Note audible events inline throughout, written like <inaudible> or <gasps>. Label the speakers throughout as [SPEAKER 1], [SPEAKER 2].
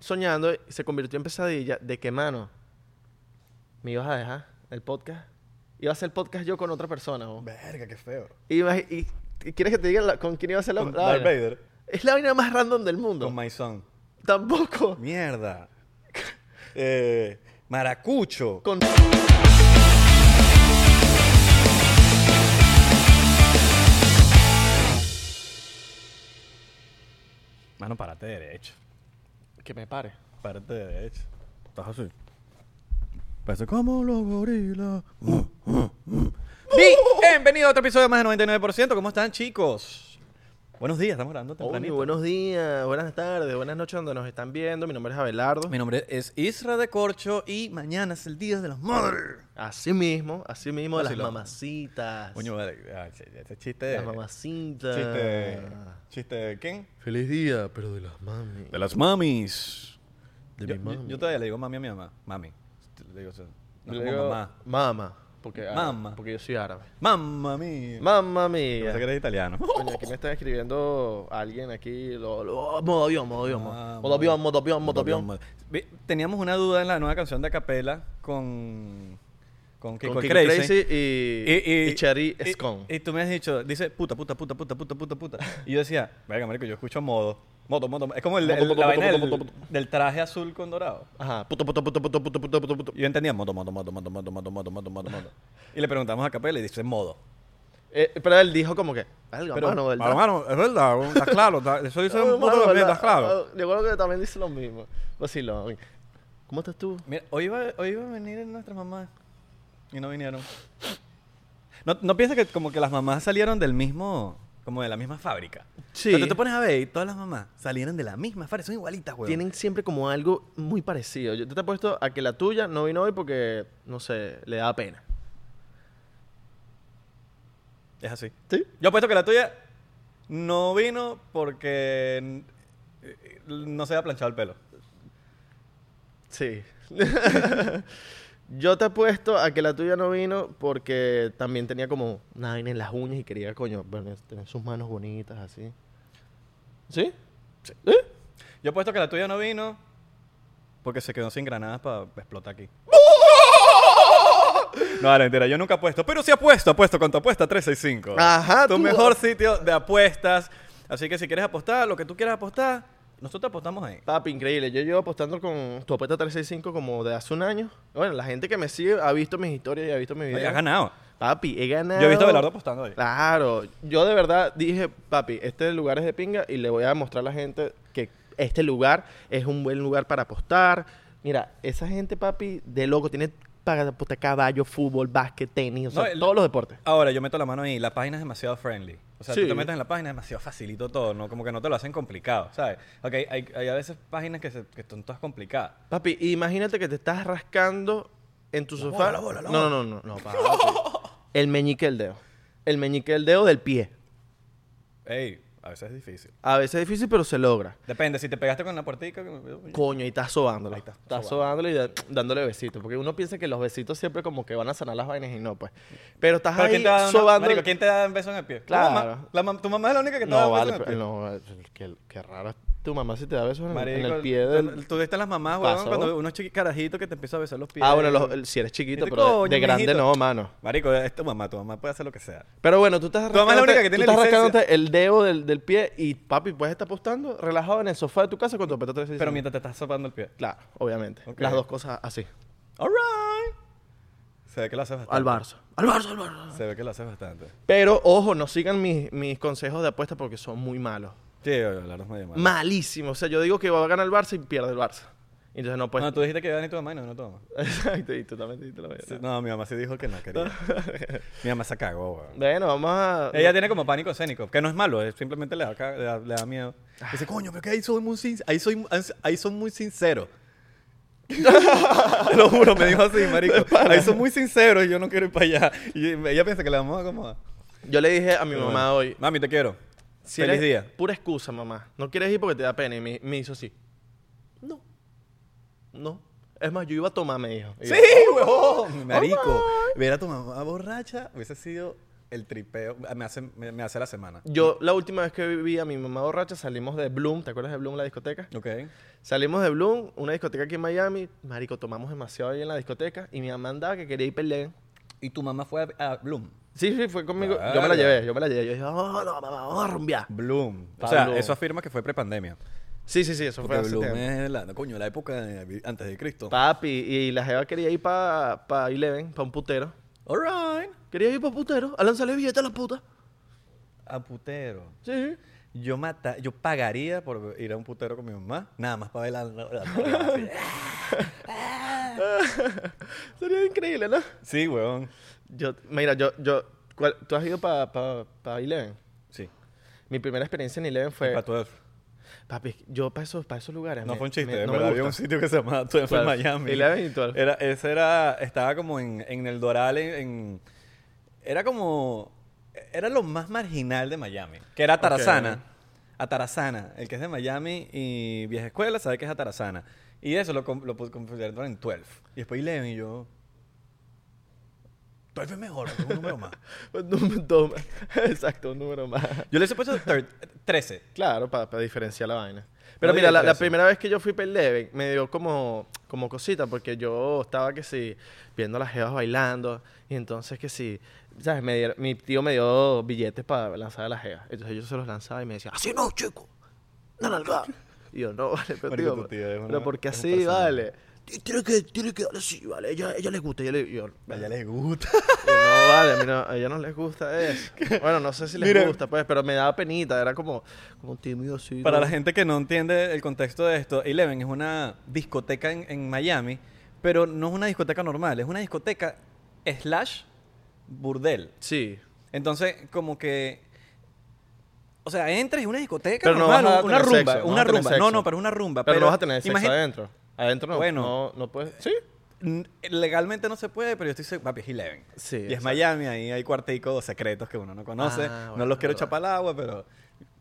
[SPEAKER 1] soñando y se convirtió en pesadilla. ¿De qué mano? ¿Me ibas a dejar el podcast? Iba a hacer el podcast yo con otra persona. ¿o?
[SPEAKER 2] Verga, qué feo.
[SPEAKER 1] Y, vas- y- y quieres que te diga la- con quién iba a hacer la,
[SPEAKER 2] Con
[SPEAKER 1] la
[SPEAKER 2] Darth
[SPEAKER 1] vaina?
[SPEAKER 2] Vader.
[SPEAKER 1] Es la vaina más random del mundo.
[SPEAKER 2] Con My Son.
[SPEAKER 1] Tampoco.
[SPEAKER 2] Mierda. <laughs> Eh, maracucho.
[SPEAKER 1] Con...
[SPEAKER 2] Mano, párate derecho.
[SPEAKER 1] Que me pare.
[SPEAKER 2] Párate derecho. Estás así. Parece como los gorilas. Bienvenido a otro episodio de más de 99%. ¿Cómo están, chicos? Buenos días, estamos grabando
[SPEAKER 1] Oni,
[SPEAKER 2] tempranito.
[SPEAKER 1] Oh, buenos días, buenas tardes, buenas noches donde nos están viendo. Mi nombre es Abelardo.
[SPEAKER 2] Mi nombre es Isra de Corcho y mañana es el Día de las Madres.
[SPEAKER 1] Así mismo, así mismo de las
[SPEAKER 2] Vacilón.
[SPEAKER 1] mamacitas.
[SPEAKER 2] Coño, vale, ah, ese ese chiste.
[SPEAKER 1] las ah. mamacitas.
[SPEAKER 2] Chiste. ¿Chiste de quién?
[SPEAKER 1] Feliz día, pero de las mami.
[SPEAKER 2] De las mamis.
[SPEAKER 1] De
[SPEAKER 2] yo,
[SPEAKER 1] mi
[SPEAKER 2] yo-
[SPEAKER 1] mami.
[SPEAKER 2] yo todavía le digo mami a mi mamá. Mami. Le digo, o sea, no
[SPEAKER 1] Le
[SPEAKER 2] como
[SPEAKER 1] digo,
[SPEAKER 2] mamá.
[SPEAKER 1] Mama. Porque, árabe,
[SPEAKER 2] Mama.
[SPEAKER 1] porque yo soy árabe.
[SPEAKER 2] Mamma mía.
[SPEAKER 1] Mamma
[SPEAKER 2] Yo
[SPEAKER 1] mía.
[SPEAKER 2] pensé que
[SPEAKER 1] <laughs>
[SPEAKER 2] eres italiano.
[SPEAKER 1] Coño, aquí me está escribiendo alguien aquí. Lo, lo- oh, modo avión, modo avión.
[SPEAKER 2] Ah,
[SPEAKER 1] modo avión, modo avión, modo avión.
[SPEAKER 2] Vi- Teníamos una duda en la nueva canción de Acapela con. Con Kiko,
[SPEAKER 1] Con
[SPEAKER 2] el
[SPEAKER 1] Kiko
[SPEAKER 2] Crazy.
[SPEAKER 1] Crazy y, y, Chari
[SPEAKER 2] y-
[SPEAKER 1] Scone.
[SPEAKER 2] Y, tú me has dicho, dice puta, puta, puta, puta, puta, puta, puta. Y yo decía, venga, marico, yo escucho modo. Moto, moto. Es como el,
[SPEAKER 1] Moto,
[SPEAKER 2] el-
[SPEAKER 1] moto,
[SPEAKER 2] la
[SPEAKER 1] moto,
[SPEAKER 2] vaina
[SPEAKER 1] moto,
[SPEAKER 2] del,
[SPEAKER 1] moto,
[SPEAKER 2] del traje azul con dorado.
[SPEAKER 1] Ajá. Puto, puto, puto, puto, puto, puto, puto, puto.
[SPEAKER 2] Y yo entendía moto, moto, moto, moto, moto, moto, moto, moto, moto, moto. Y le preguntamos a Capela y dice modo.
[SPEAKER 1] Eh, pero él dijo como que. Algo,
[SPEAKER 2] Pero,
[SPEAKER 1] mano, ¿verdad?
[SPEAKER 2] hermano, es verdad, está claro. está- Eso dice
[SPEAKER 1] Algo,
[SPEAKER 2] moto también,
[SPEAKER 1] ¿verdad?
[SPEAKER 2] está claro.
[SPEAKER 1] Ah, Yo creo que también dice lo mismo. Vacilón. ¿Cómo estás tú?
[SPEAKER 2] Mira, hoy iba, hoy iba a venir nuestras mamás y no vinieron. ¿No, no piensas que como que las mamás salieron del mismo, como de la misma fábrica?
[SPEAKER 1] Sí.
[SPEAKER 2] Pero tú te pones a ver y todas las mamás salieron de la misma fábrica, son igualitas, güey.
[SPEAKER 1] Tienen siempre como algo muy parecido. Yo te he puesto a que la tuya no vino hoy porque, no sé, le da pena.
[SPEAKER 2] Es así.
[SPEAKER 1] ¿Sí?
[SPEAKER 2] Yo apuesto que la tuya no vino porque n- eh, no se había planchado el pelo.
[SPEAKER 1] Sí. <laughs> Yo te apuesto a que la tuya no vino porque también tenía como una vaina en las uñas y quería, coño, bueno, tener sus manos bonitas así. ¿Sí? ¿Eh?
[SPEAKER 2] Yo apuesto que la tuya no vino porque se quedó sin granadas para
[SPEAKER 1] <laughs>
[SPEAKER 2] explotar aquí. No, vale, mentira, yo nunca apuesto. Pero sí apuesto, apuesto con tu apuesta 365.
[SPEAKER 1] Ajá,
[SPEAKER 2] tu
[SPEAKER 1] Ah, tú-
[SPEAKER 2] mejor sitio de apuestas. Así que si quieres apostar, lo que tú quieras apostar, nosotros apostamos ahí.
[SPEAKER 1] Papi, increíble. Yo llevo apostando con tu apuesta 365 como de hace un año. Bueno, la gente que me sigue ha visto mis historias y ha visto mis
[SPEAKER 2] Oye,
[SPEAKER 1] videos.
[SPEAKER 2] Has ganado.
[SPEAKER 1] Papi, he ganado.
[SPEAKER 2] Yo he visto a Belardo apostando hoy.
[SPEAKER 1] Claro, yo de verdad dije, papi, este lugar es de pinga y le voy a demostrar a la gente que este lugar es un buen lugar para apostar. Mira, esa gente, papi, de loco, tiene para apostar caballo, fútbol, básquet, tenis, o sea,
[SPEAKER 2] No, el-
[SPEAKER 1] todos los deportes.
[SPEAKER 2] Ahora, yo meto la mano ahí. La página es demasiado friendly. O sea,
[SPEAKER 1] Sí.
[SPEAKER 2] tú te metes en la página, es demasiado facilito todo, ¿no? Como que no te lo hacen complicado, ¿sabes? Ok, hay, hay a veces páginas que, se- que son todas complicadas.
[SPEAKER 1] Papi, imagínate que te estás rascando en tu sofá.
[SPEAKER 2] bola, la bola, la
[SPEAKER 1] no,
[SPEAKER 2] bola.
[SPEAKER 1] no, no, no, no, papi. El meñique del dedo. El meñique del dedo del pie.
[SPEAKER 2] Ey, a veces es difícil.
[SPEAKER 1] A veces es difícil, pero se logra.
[SPEAKER 2] Depende, si te pegaste con la puertica... que-
[SPEAKER 1] Coño, y estás sobándolo.
[SPEAKER 2] Ahí está,
[SPEAKER 1] estás sobándolo y da- dándole besitos. Porque uno piensa que los besitos siempre como que van a sanar las vainas y no, pues. Pero estás
[SPEAKER 2] Mm. ¿Pero
[SPEAKER 1] ahí
[SPEAKER 2] quién te, da una-
[SPEAKER 1] sobando.
[SPEAKER 2] marico, ¿quién te da un beso en el pie? Tu
[SPEAKER 1] Claro.
[SPEAKER 2] mamá- la mam- tu mamá es la única que te da
[SPEAKER 1] No,
[SPEAKER 2] un beso
[SPEAKER 1] vale,
[SPEAKER 2] en el
[SPEAKER 1] pero
[SPEAKER 2] pie.
[SPEAKER 1] no, eh, qué, qué raro. Tu mamá si te da besos en, el- en
[SPEAKER 2] Marico,
[SPEAKER 1] el pie del.
[SPEAKER 2] tú- Tú viste las mamás, weón,
[SPEAKER 1] Pasa,
[SPEAKER 2] cuando
[SPEAKER 1] vos.
[SPEAKER 2] unos chiqui- carajitos que te empiezan a besar los pies.
[SPEAKER 1] ah, bueno, los- el- si eres chiquito,
[SPEAKER 2] Este,
[SPEAKER 1] pero de- de,
[SPEAKER 2] coño,
[SPEAKER 1] grande
[SPEAKER 2] mijito.
[SPEAKER 1] no, mano.
[SPEAKER 2] Marico, es tu mamá, tu mamá puede hacer lo que sea.
[SPEAKER 1] Pero bueno, tú estás
[SPEAKER 2] Tu mamá es la única que
[SPEAKER 1] tú
[SPEAKER 2] tiene
[SPEAKER 1] estás
[SPEAKER 2] licencia.
[SPEAKER 1] rascándote el dedo del, del pie y papi, puedes estar apostando relajado en el sofá de tu casa con tu apetito
[SPEAKER 2] Pero mientras te estás sopando el pie.
[SPEAKER 1] Claro, obviamente.
[SPEAKER 2] Ok.
[SPEAKER 1] Las dos cosas así.
[SPEAKER 2] All right. Se ve que lo haces bastante.
[SPEAKER 1] Al Barça. Al Barça, al Barça.
[SPEAKER 2] Se ve que lo haces bastante.
[SPEAKER 1] Pero ojo, no sigan mis, mis consejos de apuesta porque son muy malos.
[SPEAKER 2] Sí, la es medio mal.
[SPEAKER 1] Malísimo. O sea, yo digo que va a ganar el Barça y pierde el Barça. Entonces no puedes.
[SPEAKER 2] No, tú dijiste que iba a venir tu mamá y no, no tu mamá.
[SPEAKER 1] <laughs> Exacto, y tú también dijiste lo mismo.
[SPEAKER 2] Sí, No, mi mamá sí dijo que no
[SPEAKER 1] <laughs>
[SPEAKER 2] quería. mi mamá se cagó, weón.
[SPEAKER 1] Bueno, vamos a.
[SPEAKER 2] Ella tiene como pánico escénico, que no es malo, es simplemente <laughs> le da, ca- le da, le da miedo. Dice, coño, pero que ahí, soy muy sin- ahí, soy, ahí son muy sinceros. Te lo juro, me dijo así, marico. Ahí son muy sinceros y yo no quiero ir para allá. Y ella piensa que la vamos a acomodar.
[SPEAKER 1] Yo le dije a mi
[SPEAKER 2] Pero
[SPEAKER 1] mamá
[SPEAKER 2] bueno.
[SPEAKER 1] hoy.
[SPEAKER 2] Mami, te quiero.
[SPEAKER 1] si
[SPEAKER 2] Feliz
[SPEAKER 1] eres-
[SPEAKER 2] día.
[SPEAKER 1] Pura excusa, mamá. No quieres ir porque te da pena. Y me, me hizo así. No. No. Es más, yo iba a tomar, me dijo. Y yo,
[SPEAKER 2] huevón. "Oh, Marico.
[SPEAKER 1] Oh,
[SPEAKER 2] Ver a tu mamá borracha hubiese sido el tripeo. Me hace, me, me hace la semana.
[SPEAKER 1] Yo, la última vez que vi a mi mamá borracha, salimos de Bloom. ¿Te acuerdas de Bloom, la discoteca?
[SPEAKER 2] Ok.
[SPEAKER 1] Salimos de Bloom, una discoteca aquí en Miami. Marico, tomamos demasiado ahí en la discoteca. Y mi mamá andaba que quería ir pelea.
[SPEAKER 2] ¿Y tu mamá fue a, a Bloom?
[SPEAKER 1] Sí, sí, fue conmigo. Yo me la
[SPEAKER 2] Verga.
[SPEAKER 1] llevé, yo me la llevé. Yo dije, oh, no, mamá, vamos a rumbear.
[SPEAKER 2] Bloom.
[SPEAKER 1] Pa'
[SPEAKER 2] O sea,
[SPEAKER 1] Bloom.
[SPEAKER 2] eso afirma que fue prepandemia.
[SPEAKER 1] Sí, sí, sí, eso fue
[SPEAKER 2] Porque
[SPEAKER 1] hace
[SPEAKER 2] Bloom
[SPEAKER 1] tiempo.
[SPEAKER 2] es la, coño, la época de- antes de Cristo.
[SPEAKER 1] Papi, y la jeva quería ir para pa Eleven, para un putero.
[SPEAKER 2] All right.
[SPEAKER 1] Quería ir para putero, a lanzarle billetes a las putas.
[SPEAKER 2] A putero.
[SPEAKER 1] Sí. <laughs>
[SPEAKER 2] Yo mata, yo pagaría por ir a un putero con mi mamá, nada más para ver la, la- la-
[SPEAKER 1] Sería increíble, ¿no?
[SPEAKER 2] Sí, weón.
[SPEAKER 1] Yo, mira, yo, yo, ¿cuál- ¿tú has ido para pa, pa Eleven?
[SPEAKER 2] Sí.
[SPEAKER 1] Mi primera experiencia en Eleven fue...
[SPEAKER 2] Para Twelve.
[SPEAKER 1] Papi, yo para esos, pa' esos lugares...
[SPEAKER 2] No
[SPEAKER 1] me-
[SPEAKER 2] fue un chiste,
[SPEAKER 1] me-
[SPEAKER 2] en
[SPEAKER 1] no me
[SPEAKER 2] verdad había un
[SPEAKER 1] gusta.
[SPEAKER 2] sitio que se llamaba <laughs> Twelve en
[SPEAKER 1] Twelve.
[SPEAKER 2] Miami.
[SPEAKER 1] Eleven y Twelve.
[SPEAKER 2] Era, ese era, estaba como en, en el Doral, en, en- era como, era lo más marginal de Miami, que era Tarazana. Atarazana, el que es de Miami y vieja escuela sabe que es Atarazana. Y eso lo, com- lo pus- confundieron en 12. Y después Eleven y yo... 12 es mejor, es un número más.
[SPEAKER 1] Un número- <laughs> dos más. Exacto, un número más.
[SPEAKER 2] Yo le he puesto thir- 13.
[SPEAKER 1] Claro, para diferenciar la vaina. Pero
[SPEAKER 2] No
[SPEAKER 1] mira,
[SPEAKER 2] digas
[SPEAKER 1] la, la
[SPEAKER 2] eso.
[SPEAKER 1] primera vez que yo fui para Eleven me dio como, como cosita, porque yo estaba que sí, viendo a las jevas bailando, y entonces que sí, ¿sabes? Me dieron- mi tío me dio billetes para lanzar a las jevas. Entonces yo se los lanzaba y me decía, así no, chico, no nalgada. Y yo, no, vale, pero,
[SPEAKER 2] Marico,
[SPEAKER 1] tío,
[SPEAKER 2] tu tío es una-
[SPEAKER 1] pero porque
[SPEAKER 2] es un
[SPEAKER 1] así,
[SPEAKER 2] personaje.
[SPEAKER 1] vale. Tiene que, tiene que darle así, vale, ella, ella les gusta, ella le, yo,
[SPEAKER 2] A ella le gusta.
[SPEAKER 1] yo, No, vale, a, mí no- a ella no les gusta
[SPEAKER 2] <laughs>
[SPEAKER 1] eso. Bueno, no sé si les
[SPEAKER 2] Mira.
[SPEAKER 1] gusta, pues, pero me daba penita, era como, como tímido así.
[SPEAKER 2] Para
[SPEAKER 1] ¿no?
[SPEAKER 2] la gente que no entiende el contexto de esto, Eleven es una discoteca en, en Miami, pero no es una discoteca normal, es una discoteca slash burdel.
[SPEAKER 1] Sí.
[SPEAKER 2] Entonces, como que... O sea, entras en una discoteca
[SPEAKER 1] Pero no
[SPEAKER 2] normal,
[SPEAKER 1] vas a
[SPEAKER 2] una
[SPEAKER 1] tener
[SPEAKER 2] rumba,
[SPEAKER 1] sexo, no vas
[SPEAKER 2] una
[SPEAKER 1] a tener
[SPEAKER 2] rumba.
[SPEAKER 1] sexo.
[SPEAKER 2] No, no, pero una rumba.
[SPEAKER 1] Pero, no vas a tener sexo
[SPEAKER 2] imagi-
[SPEAKER 1] adentro. Adentro no.
[SPEAKER 2] Bueno.
[SPEAKER 1] No, no puedes. Sí.
[SPEAKER 2] N- Legalmente no se puede, pero yo estoy seguro. Papi, es Eleven.
[SPEAKER 1] Sí,
[SPEAKER 2] y es
[SPEAKER 1] exacto.
[SPEAKER 2] Miami, ahí hay cuarticos secretos que uno no conoce.
[SPEAKER 1] Ah, bueno,
[SPEAKER 2] no los quiero
[SPEAKER 1] verdad.
[SPEAKER 2] chapar al agua, pero.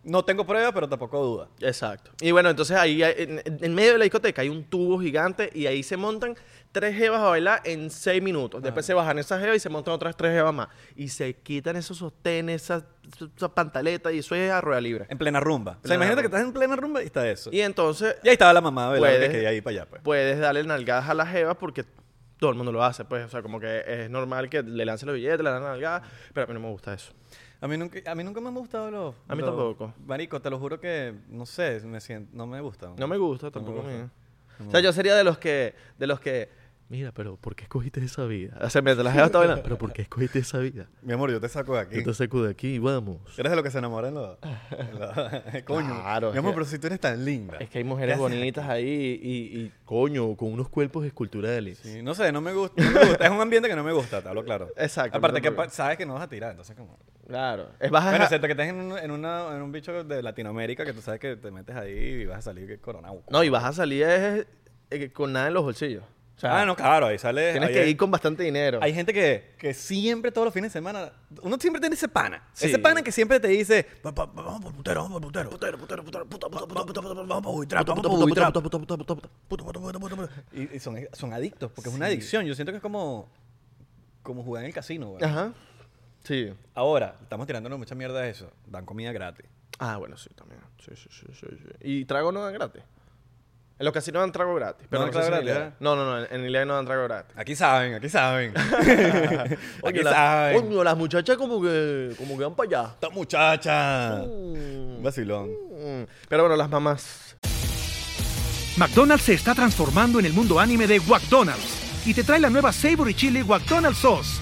[SPEAKER 2] No tengo pruebas, pero tampoco duda.
[SPEAKER 1] Exacto. Y bueno, entonces ahí hay- en, en medio de la discoteca hay un tubo gigante y ahí se montan tres jevas a bailar en seis minutos. Después se bajan esas jevas y se montan otras tres jevas más. Y se quitan esos sostenes, esas, esas pantaletas y eso es a rueda libre.
[SPEAKER 2] En plena rumba. o
[SPEAKER 1] Plena
[SPEAKER 2] sea,
[SPEAKER 1] rumba.
[SPEAKER 2] imagínate que estás en plena rumba y está eso.
[SPEAKER 1] Y entonces
[SPEAKER 2] Y ahí estaba la mamá de
[SPEAKER 1] Puedes.
[SPEAKER 2] Verónica que iba ahí para allá, pues.
[SPEAKER 1] puedes darle nalgadas a las jevas porque todo el mundo lo hace. Pues, o sea, como que es normal que le lancen los billetes, le dan nalgadas. Pero a mí no me gusta eso.
[SPEAKER 2] A mí nunca, a mí nunca me han gustado los.
[SPEAKER 1] A mí
[SPEAKER 2] los-
[SPEAKER 1] tampoco.
[SPEAKER 2] Marico, te lo juro que no sé, me siento, no me gusta.
[SPEAKER 1] No me gusta tampoco
[SPEAKER 2] gusta.
[SPEAKER 1] a mí.
[SPEAKER 2] No
[SPEAKER 1] O
[SPEAKER 2] me
[SPEAKER 1] sea, yo sería de los que de los que mira, pero ¿por qué escogiste esa vida? O sea, mientras la jeva está bailando, pero ¿por qué escogiste esa vida?
[SPEAKER 2] Mi amor, yo te saco de aquí.
[SPEAKER 1] Yo te saco de aquí, vamos.
[SPEAKER 2] Eres de lo que se enamora en los. en los- <laughs> Coño.
[SPEAKER 1] Claro,
[SPEAKER 2] Mi
[SPEAKER 1] es
[SPEAKER 2] amor,
[SPEAKER 1] que-
[SPEAKER 2] pero si tú eres tan linda.
[SPEAKER 1] Es que hay mujeres bonitas ahí y, y, coño, con unos cuerpos esculturales.
[SPEAKER 2] Sí, no sé, no me gusta. no <laughs> me gusta. es un ambiente que no me gusta, te hablo claro.
[SPEAKER 1] Exacto,
[SPEAKER 2] Aparte que
[SPEAKER 1] no me
[SPEAKER 2] pa- sabes que no vas a tirar, entonces como...
[SPEAKER 1] Claro. Es baja.
[SPEAKER 2] Bueno, excepto que estés en, un- en una- en un bicho de Latinoamérica que tú sabes que te metes ahí y vas a salir que coronado.
[SPEAKER 1] No, y vas a salir es- eh, con nada en los bolsillos. O sea,
[SPEAKER 2] ah, no, claro, ahí sale...
[SPEAKER 1] tienes
[SPEAKER 2] ahí
[SPEAKER 1] que
[SPEAKER 2] hay,
[SPEAKER 1] ir con bastante dinero.
[SPEAKER 2] hay gente que, que siempre, todos los fines de semana... Uno siempre tiene ese pana.
[SPEAKER 1] Sí.
[SPEAKER 2] Ese pana que siempre te dice... "Va- va- Vamos por putero, vamos por putero. Putero, putero, putero, puta, puta, puta, puta, puta, vamos por buitrapo, vamos por buitrapo". Puta, puta, puta, puta, puta. Y, y son, son adictos, porque es una adicción. Yo siento que es como... Como jugar en el casino, güey.
[SPEAKER 1] Ajá. Sí.
[SPEAKER 2] Ahora, estamos tirándonos mucha mierda de eso. Dan comida gratis.
[SPEAKER 1] Ah, bueno, sí, también. Sí, sí, sí, sí, sí. ¿Y trago no dan gratis? En los casinos dan trago gratis. Pero
[SPEAKER 2] ¿No
[SPEAKER 1] no,
[SPEAKER 2] dan
[SPEAKER 1] sé
[SPEAKER 2] trago
[SPEAKER 1] si en
[SPEAKER 2] gratis,
[SPEAKER 1] Ilegal. No, no, no, en- en Ilegal no dan trago gratis.
[SPEAKER 2] Aquí saben,
[SPEAKER 1] <laughs>
[SPEAKER 2] aquí saben. aquí
[SPEAKER 1] Oye, la-
[SPEAKER 2] saben.
[SPEAKER 1] coño, las muchachas como que, como que van para allá.
[SPEAKER 2] Esta muchacha.
[SPEAKER 1] Mm,
[SPEAKER 2] Un Vacilón.
[SPEAKER 1] mm. Pero bueno, las mamás.
[SPEAKER 3] McDonald's se está transformando en el mundo anime de McDonald's y te trae la nueva Savory Chili McDonald's Sauce.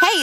[SPEAKER 4] Hey,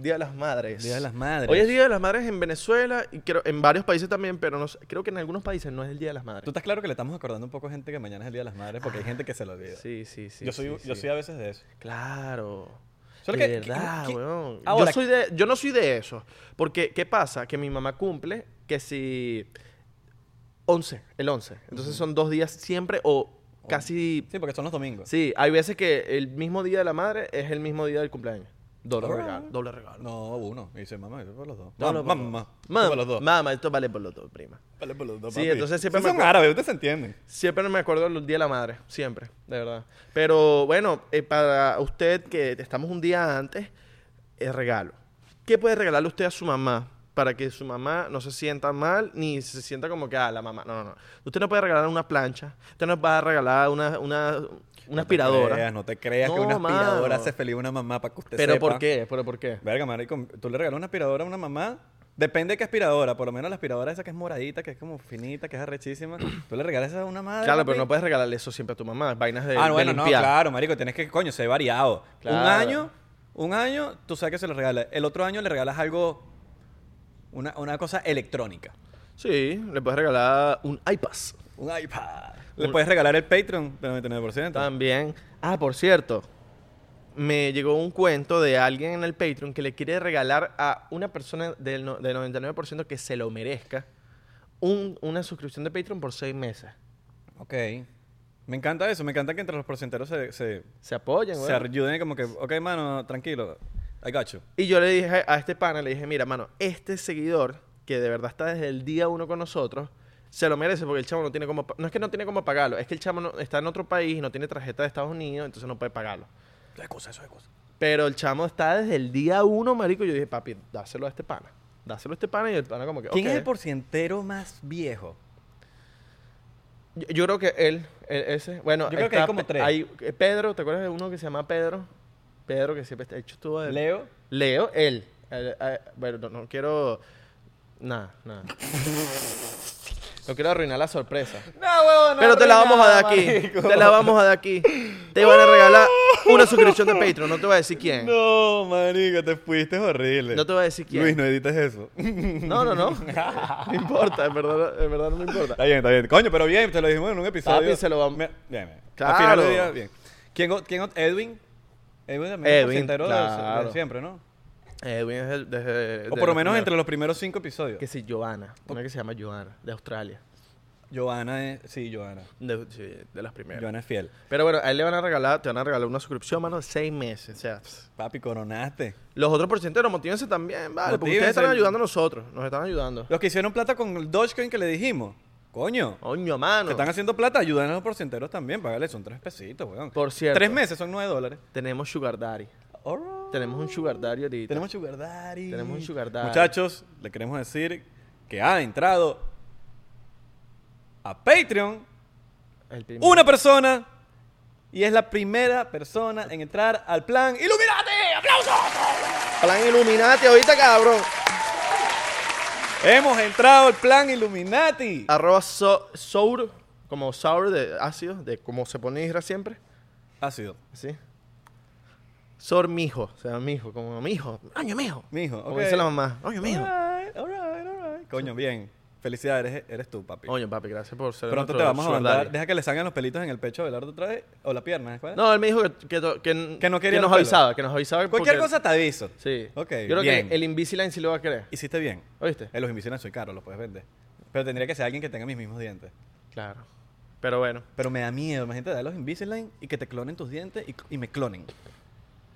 [SPEAKER 1] Día de las Madres.
[SPEAKER 2] Día de las Madres.
[SPEAKER 1] Hoy es Día de las Madres en Venezuela y creo, en varios países también, pero no sé- creo que en algunos países no es el Día de las
[SPEAKER 2] Tú
[SPEAKER 1] Madres.
[SPEAKER 2] estás claro que le estamos acordando un poco a gente que mañana es el Día de las Madres porque hay gente que se lo olvida.
[SPEAKER 1] Sí, sí, sí.
[SPEAKER 2] yo soy,
[SPEAKER 1] sí,
[SPEAKER 2] yo
[SPEAKER 1] sí.
[SPEAKER 2] soy a veces de eso.
[SPEAKER 1] Claro.
[SPEAKER 2] Solo
[SPEAKER 1] de
[SPEAKER 2] que- Ah, que-
[SPEAKER 1] verdad,
[SPEAKER 2] que-
[SPEAKER 1] weón.
[SPEAKER 2] ahora-
[SPEAKER 1] yo, soy de, yo no soy de eso. Porque, ¿qué pasa? Que mi mamá cumple que si... 11, el 11. Entonces son dos días siempre o
[SPEAKER 2] Oh.
[SPEAKER 1] casi...
[SPEAKER 2] Sí, porque son los domingos.
[SPEAKER 1] Sí, hay veces que el mismo día de la madre es el mismo día del cumpleaños. Doble
[SPEAKER 2] Alright.
[SPEAKER 1] regalo. Doble regalo.
[SPEAKER 2] No, uno. Y dice, mamá, yo por los dos.
[SPEAKER 1] No,
[SPEAKER 2] Mamá,
[SPEAKER 1] no,
[SPEAKER 2] mamá,
[SPEAKER 1] por-
[SPEAKER 2] mamá, tú
[SPEAKER 1] Mamá,
[SPEAKER 2] por los dos.
[SPEAKER 1] mamá, esto vale por los dos, prima.
[SPEAKER 2] Vale por los dos,
[SPEAKER 1] Sí,
[SPEAKER 2] papi.
[SPEAKER 1] entonces siempre
[SPEAKER 2] Ustedes
[SPEAKER 1] me
[SPEAKER 2] son
[SPEAKER 1] acuerdo-
[SPEAKER 2] árabes, ustedes se entienden.
[SPEAKER 1] Siempre me acuerdo del Día de la Madre, siempre, de verdad. Pero bueno, eh, para usted que estamos un día antes, el regalo. ¿Qué puede regalarle usted a su mamá para que su mamá no se sienta mal ni se sienta como que, ah, la mamá? No, no, no. Usted no puede regalar una plancha, usted no puede regalar una, una, una aspiradora.
[SPEAKER 2] No te creas, no te creas que
[SPEAKER 1] No,
[SPEAKER 2] una aspiradora
[SPEAKER 1] mano.
[SPEAKER 2] hace feliz a una mamá para que usted
[SPEAKER 1] ¿Pero
[SPEAKER 2] sepa.
[SPEAKER 1] por qué? ¿Pero por qué?
[SPEAKER 2] Verga, marico, tú le regalas una aspiradora a una mamá. Depende de qué aspiradora, por lo menos la aspiradora esa que es moradita, que es como finita, que es arrechísima. Tú le regalas esa a una madre.
[SPEAKER 1] Claro,
[SPEAKER 2] papi.
[SPEAKER 1] pero no puedes regalarle eso siempre a tu mamá, vainas de,
[SPEAKER 2] Ah,
[SPEAKER 1] de
[SPEAKER 2] bueno, no,
[SPEAKER 1] limpiar.
[SPEAKER 2] claro, marico, tienes que, coño, ser variado. Un
[SPEAKER 1] Claro.
[SPEAKER 2] año, un año, tú sabes que se lo regalas. El otro año le regalas algo, una, una cosa electrónica.
[SPEAKER 1] Sí, le puedes regalar un iPad.
[SPEAKER 2] Un iPad. Le puedes regalar el Patreon del 99%.
[SPEAKER 1] También. Ah, por cierto, me llegó un cuento de alguien en el Patreon que le quiere regalar a una persona del, no- del 99% que se lo merezca un- una suscripción de Patreon por seis meses.
[SPEAKER 2] Ok. Me encanta eso, me encanta que entre los porcenteros se, se,
[SPEAKER 1] Se apoyan,
[SPEAKER 2] se
[SPEAKER 1] güey.
[SPEAKER 2] ayuden como que, ok, mano, tranquilo, I got you.
[SPEAKER 1] Y yo le dije a este pana, le dije, mira, mano, este seguidor, que de verdad está desde el día uno con nosotros, se lo merece porque el chamo no tiene como... No es que no tiene como pagarlo, es que el chamo no- está en otro país y no tiene tarjeta de Estados Unidos, entonces no puede pagarlo.
[SPEAKER 2] Eso es cosa, eso es cosa.
[SPEAKER 1] Pero el chamo está desde el día uno, marico. Yo dije, papi, dáselo a este pana. Dáselo a este pana y el pana como que...
[SPEAKER 2] ¿Quién
[SPEAKER 1] ok.
[SPEAKER 2] es el porcientero más viejo?
[SPEAKER 1] Yo, yo creo que él, él- ese... Bueno,
[SPEAKER 2] Yo creo que hay como tres.
[SPEAKER 1] hay- eh, Pedro, ¿te acuerdas de uno que se llama Pedro? Pedro que siempre está hecho todo de...
[SPEAKER 2] Leo.
[SPEAKER 1] Leo, él. El- eh, bueno, no, no quiero... Nada, nada. no quiero arruinar la sorpresa.
[SPEAKER 2] No, huevo,
[SPEAKER 1] Pero te la vamos a dar aquí. Te <laughs> la vamos a dar aquí. Te van a regalar una suscripción de Patreon. No te voy a decir quién. No,
[SPEAKER 2] No, marico, te fuiste horrible.
[SPEAKER 1] te voy a decir quién.
[SPEAKER 2] Luis, no edites eso.
[SPEAKER 1] No, no,
[SPEAKER 2] <laughs>
[SPEAKER 1] no. No importa, en verdad, en verdad no me importa.
[SPEAKER 2] Está bien, está bien. Coño, pero bien, te lo dijimos en un episodio.
[SPEAKER 1] Papi, se lo vamos-
[SPEAKER 2] Bien, bien.
[SPEAKER 1] Claro.
[SPEAKER 2] Al final del día, bien. ¿Quién, o- quién, o- Edwin? Edwin también es
[SPEAKER 1] Edwin,
[SPEAKER 2] porcientero de- de,
[SPEAKER 1] claro.
[SPEAKER 2] siempre, ¿no?
[SPEAKER 1] Edwin es el- Eh, desde-
[SPEAKER 2] O
[SPEAKER 1] de
[SPEAKER 2] por lo
[SPEAKER 1] los
[SPEAKER 2] menos
[SPEAKER 1] primeros.
[SPEAKER 2] entre los primeros cinco episodios.
[SPEAKER 1] Que sí, Joana. Una que se llama Joana, de Australia.
[SPEAKER 2] Joana es... Sí, Joana.
[SPEAKER 1] De, sí, de las primeras.
[SPEAKER 2] Joana es fiel.
[SPEAKER 1] Pero bueno, a él le van a regalar, te van a regalar una suscripción, mano, de seis meses. O sea, pss.
[SPEAKER 2] Papi, coronaste.
[SPEAKER 1] los otros porcenteros, motívense también, vale, porque
[SPEAKER 2] Motívense.
[SPEAKER 1] ustedes están ayudando a nosotros. Nos están ayudando.
[SPEAKER 2] Los que hicieron plata con el Dogecoin que le dijimos. Coño.
[SPEAKER 1] Coño, mano.
[SPEAKER 2] Te están haciendo plata, ayudan a los porcenteros también. Págale, son tres pesitos, weón.
[SPEAKER 1] Por cierto.
[SPEAKER 2] Tres meses son nueve dólares.
[SPEAKER 1] Tenemos Sugar Daddy.
[SPEAKER 2] Alright.
[SPEAKER 1] Tenemos un Sugar Daddy ahorita.
[SPEAKER 2] Tenemos Sugar Daddy.
[SPEAKER 1] Tenemos un Sugar Daddy.
[SPEAKER 2] Muchachos, le queremos decir que ha entrado a Patreon
[SPEAKER 1] El primer-
[SPEAKER 2] una persona y es la primera persona en entrar al plan Illuminati. ¡Aplausos!
[SPEAKER 1] Plan Illuminati ahorita, cabrón.
[SPEAKER 2] Hemos entrado al plan Illuminati.
[SPEAKER 1] Arroba so- sour, como sour de ácido, de como se pone Isra siempre.
[SPEAKER 2] Ácido.
[SPEAKER 1] ¿Sí? Sor mijo, o sea, mijo, como mijo. Año mijo.
[SPEAKER 2] Mijo,
[SPEAKER 1] Como
[SPEAKER 2] ok. Ah.
[SPEAKER 1] dice la mamá. Oño mijo.
[SPEAKER 2] Alright, alright, alright. Coño, bien. Felicidades, eres, eres tú, papi.
[SPEAKER 1] Oño, papi, gracias por ser
[SPEAKER 2] Pronto
[SPEAKER 1] nuestro
[SPEAKER 2] te vamos a
[SPEAKER 1] sugar
[SPEAKER 2] mandar.
[SPEAKER 1] daddy.
[SPEAKER 2] Deja que le salgan los pelitos en el pecho a Belardo otra vez. O la pierna, ¿eh? ¿Cuál es?
[SPEAKER 1] No, él me dijo que, que, to- que,
[SPEAKER 2] Que no quería
[SPEAKER 1] que nos
[SPEAKER 2] los pelos.
[SPEAKER 1] avisaba, que nos avisaba.
[SPEAKER 2] Cualquier
[SPEAKER 1] porque-
[SPEAKER 2] cosa te aviso.
[SPEAKER 1] Sí.
[SPEAKER 2] Ok.
[SPEAKER 1] Yo creo
[SPEAKER 2] bien.
[SPEAKER 1] que el Invisalign sí lo va a querer.
[SPEAKER 2] Hiciste bien.
[SPEAKER 1] ¿Oíste?
[SPEAKER 2] Eh, los invisibles soy caro, los puedes vender. Pero tendría que ser alguien que tenga mis mismos dientes.
[SPEAKER 1] Claro. Pero bueno.
[SPEAKER 2] Pero me da miedo, imagínate dar los Invisalign y que te clonen tus dientes y, y me clonen.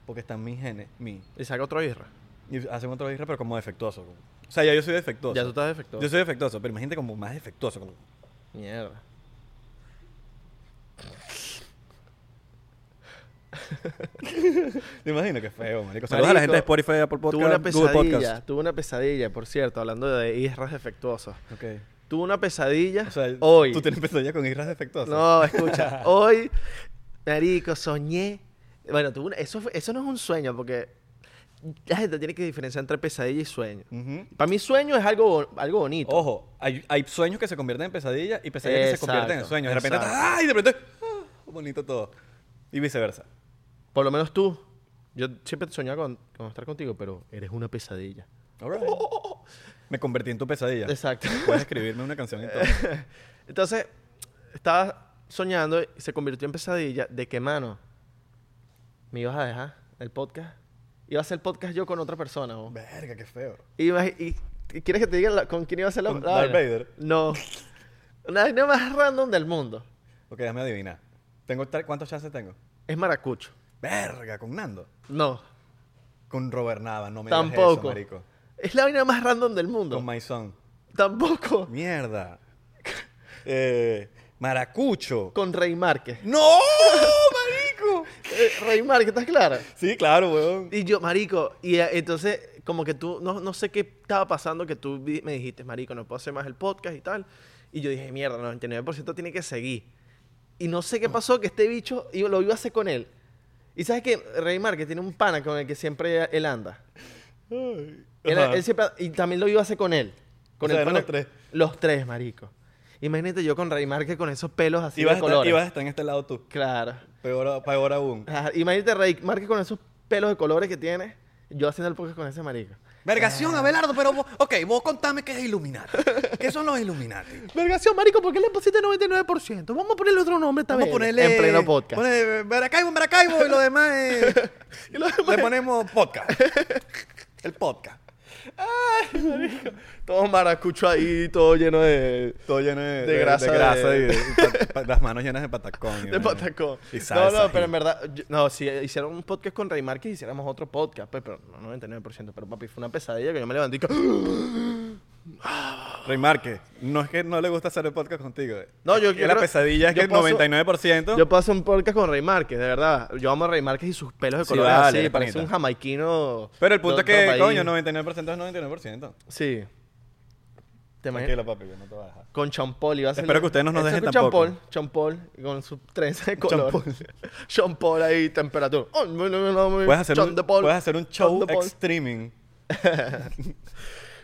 [SPEAKER 2] Porque están mis genes, mi.
[SPEAKER 1] Y saca otro Isra.
[SPEAKER 2] Y hacen otro Isra, pero como defectuoso. como- O sea, ya yo soy defectuoso.
[SPEAKER 1] Ya tú estás defectuoso.
[SPEAKER 2] Yo soy defectuoso, pero imagínate como más defectuoso. como-
[SPEAKER 1] Mierda.
[SPEAKER 2] Te imagino que feo, marico.
[SPEAKER 1] Marico,
[SPEAKER 2] Saludos a la gente de Spotify, Apple
[SPEAKER 1] Tuve una
[SPEAKER 2] Podcast, Google
[SPEAKER 1] pesadilla,
[SPEAKER 2] Podcast.
[SPEAKER 1] tuve una pesadilla, por cierto, hablando de isras defectuosos.
[SPEAKER 2] Ok.
[SPEAKER 1] Tuve una pesadilla
[SPEAKER 2] O sea,
[SPEAKER 1] hoy.
[SPEAKER 2] tú tienes pesadilla con irras defectuosas.
[SPEAKER 1] No,
[SPEAKER 2] <laughs>
[SPEAKER 1] escucha, hoy, marico, soñé. Bueno, tuve una- eso, fue- eso no es un sueño, porque la gente tiene que diferenciar entre pesadilla y sueño.
[SPEAKER 2] Ujú.
[SPEAKER 1] Para mí sueño es algo, bo- algo bonito.
[SPEAKER 2] Ojo, hay, hay sueños que se convierten en pesadillas y pesadillas que se
[SPEAKER 1] Exacto,
[SPEAKER 2] convierten en sueños. De repente,
[SPEAKER 1] exacto.
[SPEAKER 2] ¡ay! De repente, ¡ah! bonito todo. Y viceversa.
[SPEAKER 1] Por lo menos tú. Yo siempre soñaba con, con estar contigo, pero eres una pesadilla.
[SPEAKER 2] All right. <laughs> Me convertí en tu pesadilla.
[SPEAKER 1] Exacto.
[SPEAKER 2] Puedes escribirme una canción y todo.
[SPEAKER 1] Entonces, estaba soñando y se convirtió en pesadilla. ¿De qué mano? ¿Me ibas a dejar el podcast? Iba a hacer el podcast yo con otra persona. ¿no?
[SPEAKER 2] Verga, qué feo.
[SPEAKER 1] Y, imag- y- y- ¿Quieres que te diga la- con quién iba a hacer la,
[SPEAKER 2] ¿Con
[SPEAKER 1] la
[SPEAKER 2] Darth
[SPEAKER 1] vaina?
[SPEAKER 2] Vader? <laughs>
[SPEAKER 1] No. La vaina más random del mundo.
[SPEAKER 2] Ok, déjame adivinar. ¿Tengo tal- ¿Cuántas chances tengo?
[SPEAKER 1] Es Maracucho.
[SPEAKER 2] Verga, con Nando.
[SPEAKER 1] No,
[SPEAKER 2] Con Robert Nava, no me digas eso,
[SPEAKER 1] tampoco.
[SPEAKER 2] marico.
[SPEAKER 1] es la vaina más random del mundo.
[SPEAKER 2] Con My Son.
[SPEAKER 1] Tampoco.
[SPEAKER 2] Mierda. <laughs> Eh, maracucho.
[SPEAKER 1] Con Rey Márquez.
[SPEAKER 2] ¡No, marico!
[SPEAKER 1] Eh, Rey Márquez, ¿estás clara?
[SPEAKER 2] Sí, claro,
[SPEAKER 1] <laughs>
[SPEAKER 2] weón.
[SPEAKER 1] Y yo, marico, y eh, entonces, como que tú, no, no sé qué estaba pasando que tú di- me dijiste, marico, no puedo hacer más el podcast y tal. Y yo dije, mierda, 99% tiene que seguir. Y no sé qué
[SPEAKER 2] Ah.
[SPEAKER 1] pasó, que este bicho, yo lo iba a hacer con él. Y sabes que Rey Márquez tiene un pana con el que siempre él anda. Él-
[SPEAKER 2] Ajá.
[SPEAKER 1] él siempre- y también lo iba a hacer con él. Con
[SPEAKER 2] O
[SPEAKER 1] el
[SPEAKER 2] sea, eran
[SPEAKER 1] pana-
[SPEAKER 2] los tres.
[SPEAKER 1] Los tres, marico. Imagínate yo con Rey Márquez con esos pelos así
[SPEAKER 2] Ibas a
[SPEAKER 1] de
[SPEAKER 2] estar-
[SPEAKER 1] colores.
[SPEAKER 2] ibas a estar en este lado tú.
[SPEAKER 1] Claro.
[SPEAKER 2] Peor, a- peor aún.
[SPEAKER 1] Ajá, Imagínate Rey Márquez con esos pelos de colores que tiene. Yo haciendo el podcast con ese marico.
[SPEAKER 2] Vergación, Abelardo, pero vos, ok, vos contame qué es Illuminati. ¿Qué son los Illuminati?
[SPEAKER 1] Vergación, marico, ¿por qué le pusiste 99%? Vamos a ponerle otro nombre esta
[SPEAKER 2] Vamos a
[SPEAKER 1] vez.
[SPEAKER 2] ponerle.
[SPEAKER 1] En pleno podcast.
[SPEAKER 2] ponle Maracaibo, Maracaibo y lo demás. eh,
[SPEAKER 1] <laughs>
[SPEAKER 2] Le ponemos podcast. El podcast.
[SPEAKER 1] Todo maracucho ahí, todo lleno de...
[SPEAKER 2] Todo lleno
[SPEAKER 1] de-
[SPEAKER 2] de,
[SPEAKER 1] de grasa y de-
[SPEAKER 2] las manos llenas de patacón.
[SPEAKER 1] De patacón.
[SPEAKER 2] Y salsa.
[SPEAKER 1] no, no, pero en verdad... yo- no, si hicieron un podcast con Rey Márquez, hiciéramos otro podcast. Pues, pero no 99%. Pero, papi, fue una pesadilla que yo me levanté y...
[SPEAKER 2] <gasps>
[SPEAKER 1] que-
[SPEAKER 2] Rey Márquez, no es que no le gusta hacer el podcast contigo. eh.
[SPEAKER 1] No, yo-
[SPEAKER 2] Es que
[SPEAKER 1] yo
[SPEAKER 2] La
[SPEAKER 1] creo-
[SPEAKER 2] pesadilla es
[SPEAKER 1] yo
[SPEAKER 2] que el
[SPEAKER 1] paso-
[SPEAKER 2] 99%.
[SPEAKER 1] Yo puedo hacer un podcast con Rey Márquez, de verdad. Yo amo a Rey Márquez y sus pelos de
[SPEAKER 2] Sí,
[SPEAKER 1] colores
[SPEAKER 2] vale,
[SPEAKER 1] así.
[SPEAKER 2] es
[SPEAKER 1] Parece
[SPEAKER 2] bonito.
[SPEAKER 1] un jamaiquino...
[SPEAKER 2] pero el punto es que,
[SPEAKER 1] Don-
[SPEAKER 2] coño,
[SPEAKER 1] Don Bahín.
[SPEAKER 2] 99% es 99%.
[SPEAKER 1] Sí. ¿Te imaginas?
[SPEAKER 2] Tranquilo, papi, que no te vas a dejar.
[SPEAKER 1] Con champol iba a ser.
[SPEAKER 2] Espero que ustedes no nos
[SPEAKER 1] Eso
[SPEAKER 2] dejen
[SPEAKER 1] con
[SPEAKER 2] tampoco.
[SPEAKER 1] Champol, champol, con su trenza de color. <laughs> Champol ahí, temperatura. Oh, no, no, no, no,
[SPEAKER 2] Puedes hacer,
[SPEAKER 1] Chon
[SPEAKER 2] un,
[SPEAKER 1] de Paul,
[SPEAKER 2] puedes hacer un
[SPEAKER 1] Chon
[SPEAKER 2] show
[SPEAKER 1] de Paul.
[SPEAKER 2] streaming.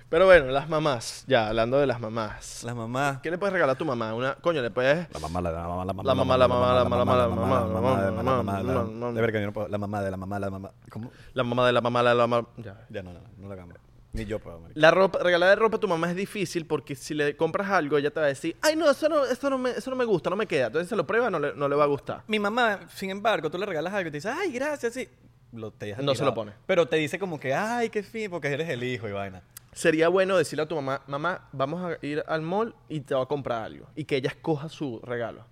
[SPEAKER 1] Pero bueno, las mamás. Ya, hablando de las mamás.
[SPEAKER 2] Las mamás.
[SPEAKER 1] ¿Qué le puedes regalar a tu mamá? Una, coño, le puedes.
[SPEAKER 2] La mamá, la mamá, la mamá,
[SPEAKER 1] La mamá, la mamá, la mamá, la mamá, la mamá, la mamá, la mamá.
[SPEAKER 2] De ver que yo no puedo. La mamá de la mamá, la mamá. ¿Cómo?
[SPEAKER 1] La mamá de la mamá, la, la mamá. Ya.
[SPEAKER 2] Ya no, no, no lo hagamos. Ni yo puedo, marico.
[SPEAKER 1] La ropa, regalar de ropa a tu mamá es difícil porque si le compras algo, ella te va a decir, ay, no, eso no, eso no, me, eso no me gusta, no me queda. Entonces se lo prueba, no le, no le va a gustar.
[SPEAKER 2] Mi mamá, sin embargo, tú le regalas algo y te dice, ay, gracias, sí. Lo, te has
[SPEAKER 1] No se
[SPEAKER 2] tirado.
[SPEAKER 1] lo pone.
[SPEAKER 2] Pero te dice como que, ay, qué fin, porque eres el hijo y vaina.
[SPEAKER 1] Sería bueno decirle a tu mamá, mamá, vamos a ir al mall y te va a comprar algo. Y que ella escoja su regalo.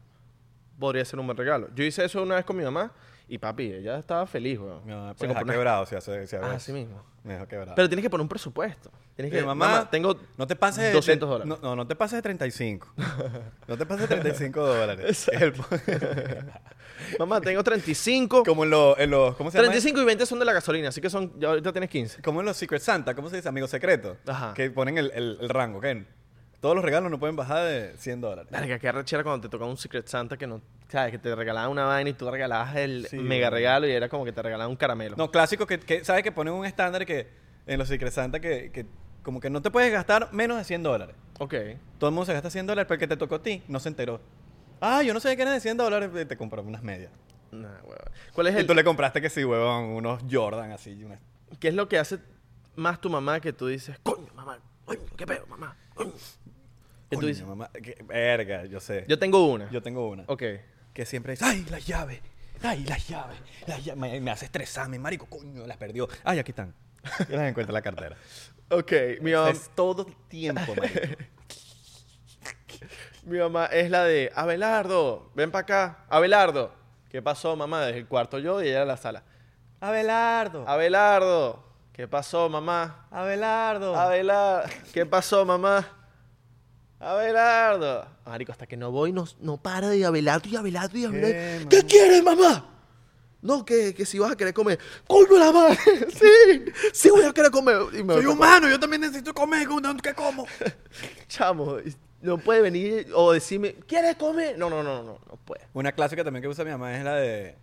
[SPEAKER 1] Podría ser un buen regalo. Yo hice eso una vez con mi mamá y papi, ella estaba feliz, weón.
[SPEAKER 2] Mi
[SPEAKER 1] Se
[SPEAKER 2] mamá, pues,
[SPEAKER 1] compró
[SPEAKER 2] ha
[SPEAKER 1] una-
[SPEAKER 2] quebrado, si hace, si hace-
[SPEAKER 1] Ah, así mismo.
[SPEAKER 2] Me dejó quebrado.
[SPEAKER 1] Pero tienes que poner un presupuesto. Tienes
[SPEAKER 2] Mi
[SPEAKER 1] que, mamá, tengo
[SPEAKER 2] no te pases de-
[SPEAKER 1] 200
[SPEAKER 2] de-
[SPEAKER 1] dólares.
[SPEAKER 2] No, no, no te pases
[SPEAKER 1] <laughs>
[SPEAKER 2] de 35. no te pases de 35 dólares. Es el po-
[SPEAKER 1] <laughs> Mamá, tengo 35.
[SPEAKER 2] como en, los- en los, ¿cómo se llama?
[SPEAKER 1] 35 y 20 son de la gasolina, así que son, ya ahorita tienes 15.
[SPEAKER 2] Como en los Secret Santa, ¿cómo se dice? Amigo secreto.
[SPEAKER 1] Ajá.
[SPEAKER 2] Que ponen el, el- el rango, que todos los regalos no pueden bajar de 100 dólares.
[SPEAKER 1] Verga, qué arrechera cuando te tocaba un Secret Santa que no, sabes, que te regalaban una vaina y tú regalabas el
[SPEAKER 2] Sí,
[SPEAKER 1] mega
[SPEAKER 2] weón.
[SPEAKER 1] regalo y era como que te regalaban un caramelo.
[SPEAKER 2] No, clásico que, que- ¿sabes? Que ponen un estándar que en los Secret Santa que, que como que no te puedes gastar menos de 100 dólares.
[SPEAKER 1] Ok.
[SPEAKER 2] Todo el mundo se gasta 100 dólares, pero el que te tocó a ti no se enteró. Ah, yo no sabía que eran de 100 dólares, y te compró unas medias.
[SPEAKER 1] Nah, weón. ¿Cuál es
[SPEAKER 2] Y
[SPEAKER 1] el,
[SPEAKER 2] tú le compraste que sí, huevón, unos Jordan así. y unas-
[SPEAKER 1] ¿Qué es lo que hace más tu mamá que tú dices, coño, mamá, coño, qué pedo, mamá? coño"? Que tú
[SPEAKER 2] Coño,
[SPEAKER 1] dices,
[SPEAKER 2] mamá, que- verga, yo sé.
[SPEAKER 1] yo tengo una.
[SPEAKER 2] Yo tengo una.
[SPEAKER 1] Ok.
[SPEAKER 2] Que siempre dice, ay, las llaves, ay, las llaves, las llaves. Me, me hace estresarme, marico, coño, las perdió. Ay, aquí <laughs> están. Um, Yo las encuentro en la cartera.
[SPEAKER 1] Ok, mi mamá,
[SPEAKER 2] es todo el tiempo, marico.
[SPEAKER 1] mi mamá es la de, Abelardo, ven para acá. Abelardo. ¿Qué pasó, mamá? Desde el cuarto yo y ella en la sala.
[SPEAKER 2] <laughs> Abelardo,
[SPEAKER 1] Abelardo. ¿Qué pasó, mamá?
[SPEAKER 2] Abelardo.
[SPEAKER 1] Abelardo. ¿Qué pasó, mamá? Abelardo. Marico, hasta que no voy, no, no para de Abelardo y Abelardo y Abelardo. ¿Qué,
[SPEAKER 2] mamá?
[SPEAKER 1] quieres, mamá? No, que, que si vas a querer comer. ¡Coño la madre! <laughs> ¡Sí! ¡Sí voy a querer comer! Y me
[SPEAKER 2] Soy
[SPEAKER 1] voy a-
[SPEAKER 2] humano, yo también necesito comer, ¿qué como?
[SPEAKER 1] Chamo, y no puede venir o decirme, ¿quieres comer? No, no, no, no, no puede.
[SPEAKER 2] <laughs> Una clásica también que usa mi mamá es la de...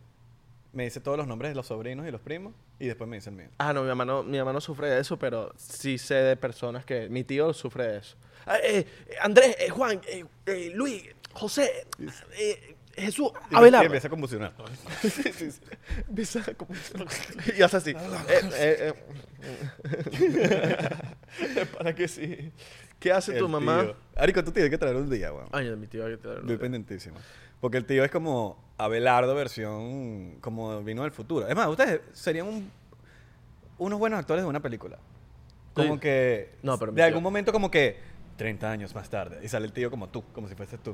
[SPEAKER 2] Me dice todos los nombres de los sobrinos y los primos y después me dice el mío.
[SPEAKER 1] Ah, no, mi mamá no, mi mamá no sufre de eso, pero sí sé de personas que. Mi tío sufre de eso. Ah, eh, eh, Andrés, eh, Juan, eh, eh, Luis, José, eh, Jesús,
[SPEAKER 2] Y
[SPEAKER 1] Abelardo.
[SPEAKER 2] empieza a convulsionar.
[SPEAKER 1] Sí, sí, sí. Empieza <laughs> como- y hace así. Eh, eh, eh. <laughs> ¿Para qué sí? ¿Qué hace tu
[SPEAKER 2] El
[SPEAKER 1] mamá?
[SPEAKER 2] tío. Arico, tú tienes que traer un día, weón.
[SPEAKER 1] Ay, de mi tío hay que traerlo.
[SPEAKER 2] Estoy pendientísimo. Porque el tío es como Abelardo versión como vino del futuro. Es más, ustedes serían un- unos buenos actores de una película. Como
[SPEAKER 1] Sí.
[SPEAKER 2] que
[SPEAKER 1] No, pero mi
[SPEAKER 2] de
[SPEAKER 1] tío-
[SPEAKER 2] algún momento como que 30 años más tarde y sale el tío como tú, como si fueses tú.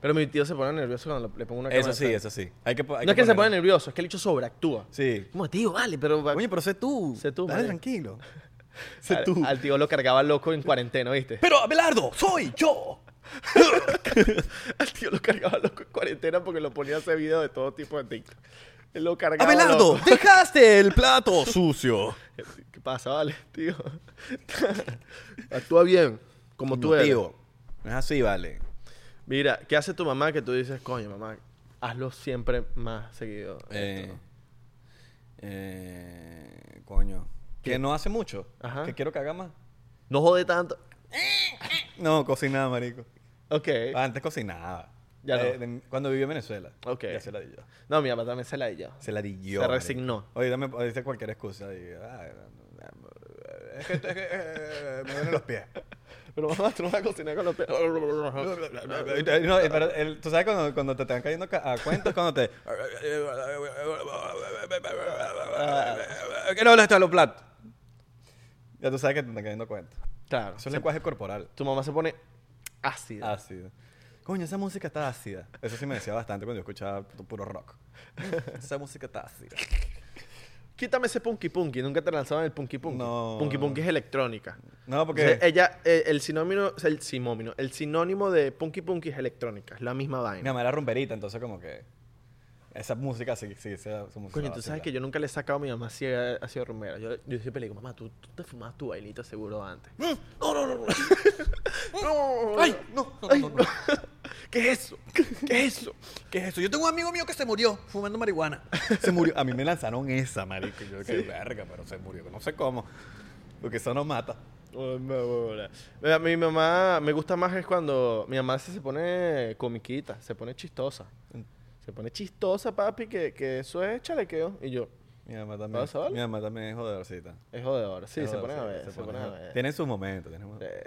[SPEAKER 1] Pero mi tío se pone nervioso cuando le- le pongo una cámara
[SPEAKER 2] Eso sí,
[SPEAKER 1] enfrente.
[SPEAKER 2] eso sí. Hay que, po- hay
[SPEAKER 1] no es que se pone
[SPEAKER 2] ponerlo.
[SPEAKER 1] nervioso, es que el hecho sobreactúa.
[SPEAKER 2] Sí.
[SPEAKER 1] Como tío, vale, pero. va-
[SPEAKER 2] Oye, pero sé tú.
[SPEAKER 1] Sé tú, marico. <laughs>
[SPEAKER 2] Dale tranquilo. Sé
[SPEAKER 1] al,
[SPEAKER 2] pues, tú.
[SPEAKER 1] al tío lo cargaba loco en cuarentena, ¿viste? <laughs>
[SPEAKER 2] Pero Abelardo, soy yo.
[SPEAKER 1] al tío lo cargaba loco en cuarentena porque lo ponía a hacer videos de todo tipo de TikTok. Él lo cargaba.
[SPEAKER 2] Abelardo,
[SPEAKER 1] loco.
[SPEAKER 2] dejaste el plato sucio.
[SPEAKER 1] <laughs> ¿Qué pasa, vale, tío? <laughs> Actúa bien, como, tú eres.
[SPEAKER 2] Tío, no es así, vale.
[SPEAKER 1] Mira, ¿qué hace tu mamá que tú dices, coño, mamá, hazlo siempre más seguido?
[SPEAKER 2] Eh,
[SPEAKER 1] esto"?
[SPEAKER 2] eh, coño. Que no hace mucho.
[SPEAKER 1] Ajá.
[SPEAKER 2] Que quiero que haga más.
[SPEAKER 1] No jode tanto.
[SPEAKER 2] No, cocinaba, marico.
[SPEAKER 1] Ok.
[SPEAKER 2] Antes cocinaba.
[SPEAKER 1] Ya no.
[SPEAKER 2] de- cuando viví en Venezuela.
[SPEAKER 1] Ok.
[SPEAKER 2] Ya se la di yo.
[SPEAKER 1] No, mi papá también se la dio.
[SPEAKER 2] Se la di yo.
[SPEAKER 1] Se
[SPEAKER 2] marico.
[SPEAKER 1] resignó.
[SPEAKER 2] Oye, dame, o dice cualquier excusa. y, "Ay, no, no, no, es que- es que, eh, me duelen los pies.
[SPEAKER 1] Pero mamá, tú no vas a cocinar con los pe-
[SPEAKER 2] <laughs> No, eh, pero el- tú sabes cuando, cuando te están cayendo ca- a cuentos, cuando te. ¿Qué no hablas esto de los platos? Ya tú sabes que te están cayendo cuentos.
[SPEAKER 1] Claro.
[SPEAKER 2] Eso es lenguaje corporal.
[SPEAKER 1] Tu mamá se pone ácida.
[SPEAKER 2] Ácido. Coño, esa música está ácida. Eso sí me decía bastante cuando yo escuchaba pu- puro rock. <laughs> esa música está ácida.
[SPEAKER 1] Quítame ese punky punky. Nunca te lanzaban el punky punky.
[SPEAKER 2] No.
[SPEAKER 1] Punky punky es electrónica.
[SPEAKER 2] No, porque.
[SPEAKER 1] Entonces, ella, eh, el sinónimo, o sea, el sinónimo, el sinónimo de punky punky es electrónica. Es la misma
[SPEAKER 2] Mi
[SPEAKER 1] vaina.
[SPEAKER 2] mamá era rumberita, entonces como que. Esa música sí, sí, esa, esa música.
[SPEAKER 1] Coño, tú sabes que yo nunca le he sacado a mi mamá si ha, ha sido rumbera. Yo, yo siempre le digo, mamá, tú, tú te fumabas tu vainita seguro <laughs> antes. No, no, no, no. no.
[SPEAKER 5] ¡Ay! No, no,
[SPEAKER 1] Ay,
[SPEAKER 5] no, no,
[SPEAKER 1] no. ¿Qué es eso? ¿Qué es eso?
[SPEAKER 5] ¿Qué es eso? Yo tengo un amigo mío que se murió fumando marihuana.
[SPEAKER 2] Se murió. A mí me lanzaron esa, marico. Yo qué verga, pero se murió. No sé cómo. Porque eso nos mata.
[SPEAKER 1] Ay, me Oh, bola. Mira, Mi mamá me gusta más es cuando mi mamá se, se pone comiquita, se pone chistosa. Se pone chistosa, papi, que, que eso es chalequeo. Y yo,
[SPEAKER 2] Mi mamá también.
[SPEAKER 1] ¿Pasa, vale?
[SPEAKER 2] Mi mamá también es jodercita.
[SPEAKER 1] es jodedor. Sí,
[SPEAKER 2] Es
[SPEAKER 1] se pone a
[SPEAKER 2] jodercita,
[SPEAKER 1] ver, se, pone a ver.
[SPEAKER 2] Tienen sus momentos. Tienen...
[SPEAKER 1] Eh,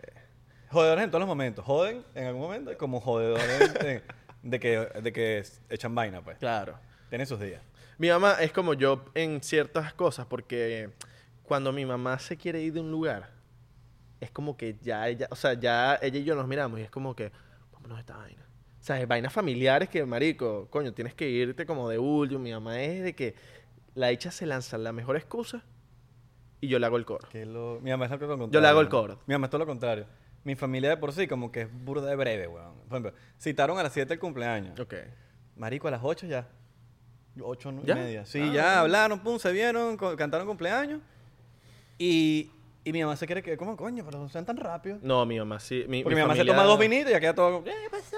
[SPEAKER 2] Jodedores en todos los momentos. Joden en algún momento como jodedores de, de que, de que echan vaina, pues.
[SPEAKER 1] claro.
[SPEAKER 2] Tienen sus días.
[SPEAKER 1] Mi mamá es como yo en ciertas cosas, porque cuando mi mamá se quiere ir de un lugar, es como que ya ella, o sea, ya ella y yo nos miramos y es como que, vámonos de esta vaina. O sea, es vainas familiares que, marico, coño, tienes que irte como de último. Mi mamá es de que la hecha se lanza la mejor excusa y yo le hago el coro.
[SPEAKER 2] Que lo- Mi mamá es lo que lo contrario.
[SPEAKER 1] Yo le hago el cobro.
[SPEAKER 2] Mi mamá es todo lo contrario. Mi familia de por sí como que es burda de breve, weón. Por ejemplo, citaron a las 7 el cumpleaños.
[SPEAKER 1] Ok.
[SPEAKER 2] Marico, a las 8 ya. 8 y
[SPEAKER 1] ¿Ya?
[SPEAKER 2] media. Sí,
[SPEAKER 1] Ah,
[SPEAKER 2] ya
[SPEAKER 1] ok.
[SPEAKER 2] hablaron, pum, se vieron, co- cantaron cumpleaños. Y, y mi mamá se quiere que, ¿cómo coño? Pero no sean tan rápido.
[SPEAKER 1] No, mi mamá sí. Mi,
[SPEAKER 2] Porque mi,
[SPEAKER 1] mi
[SPEAKER 2] mamá
[SPEAKER 1] familia-
[SPEAKER 2] se toma dos vinitos y ya queda todo. eh, ¿Qué pasa?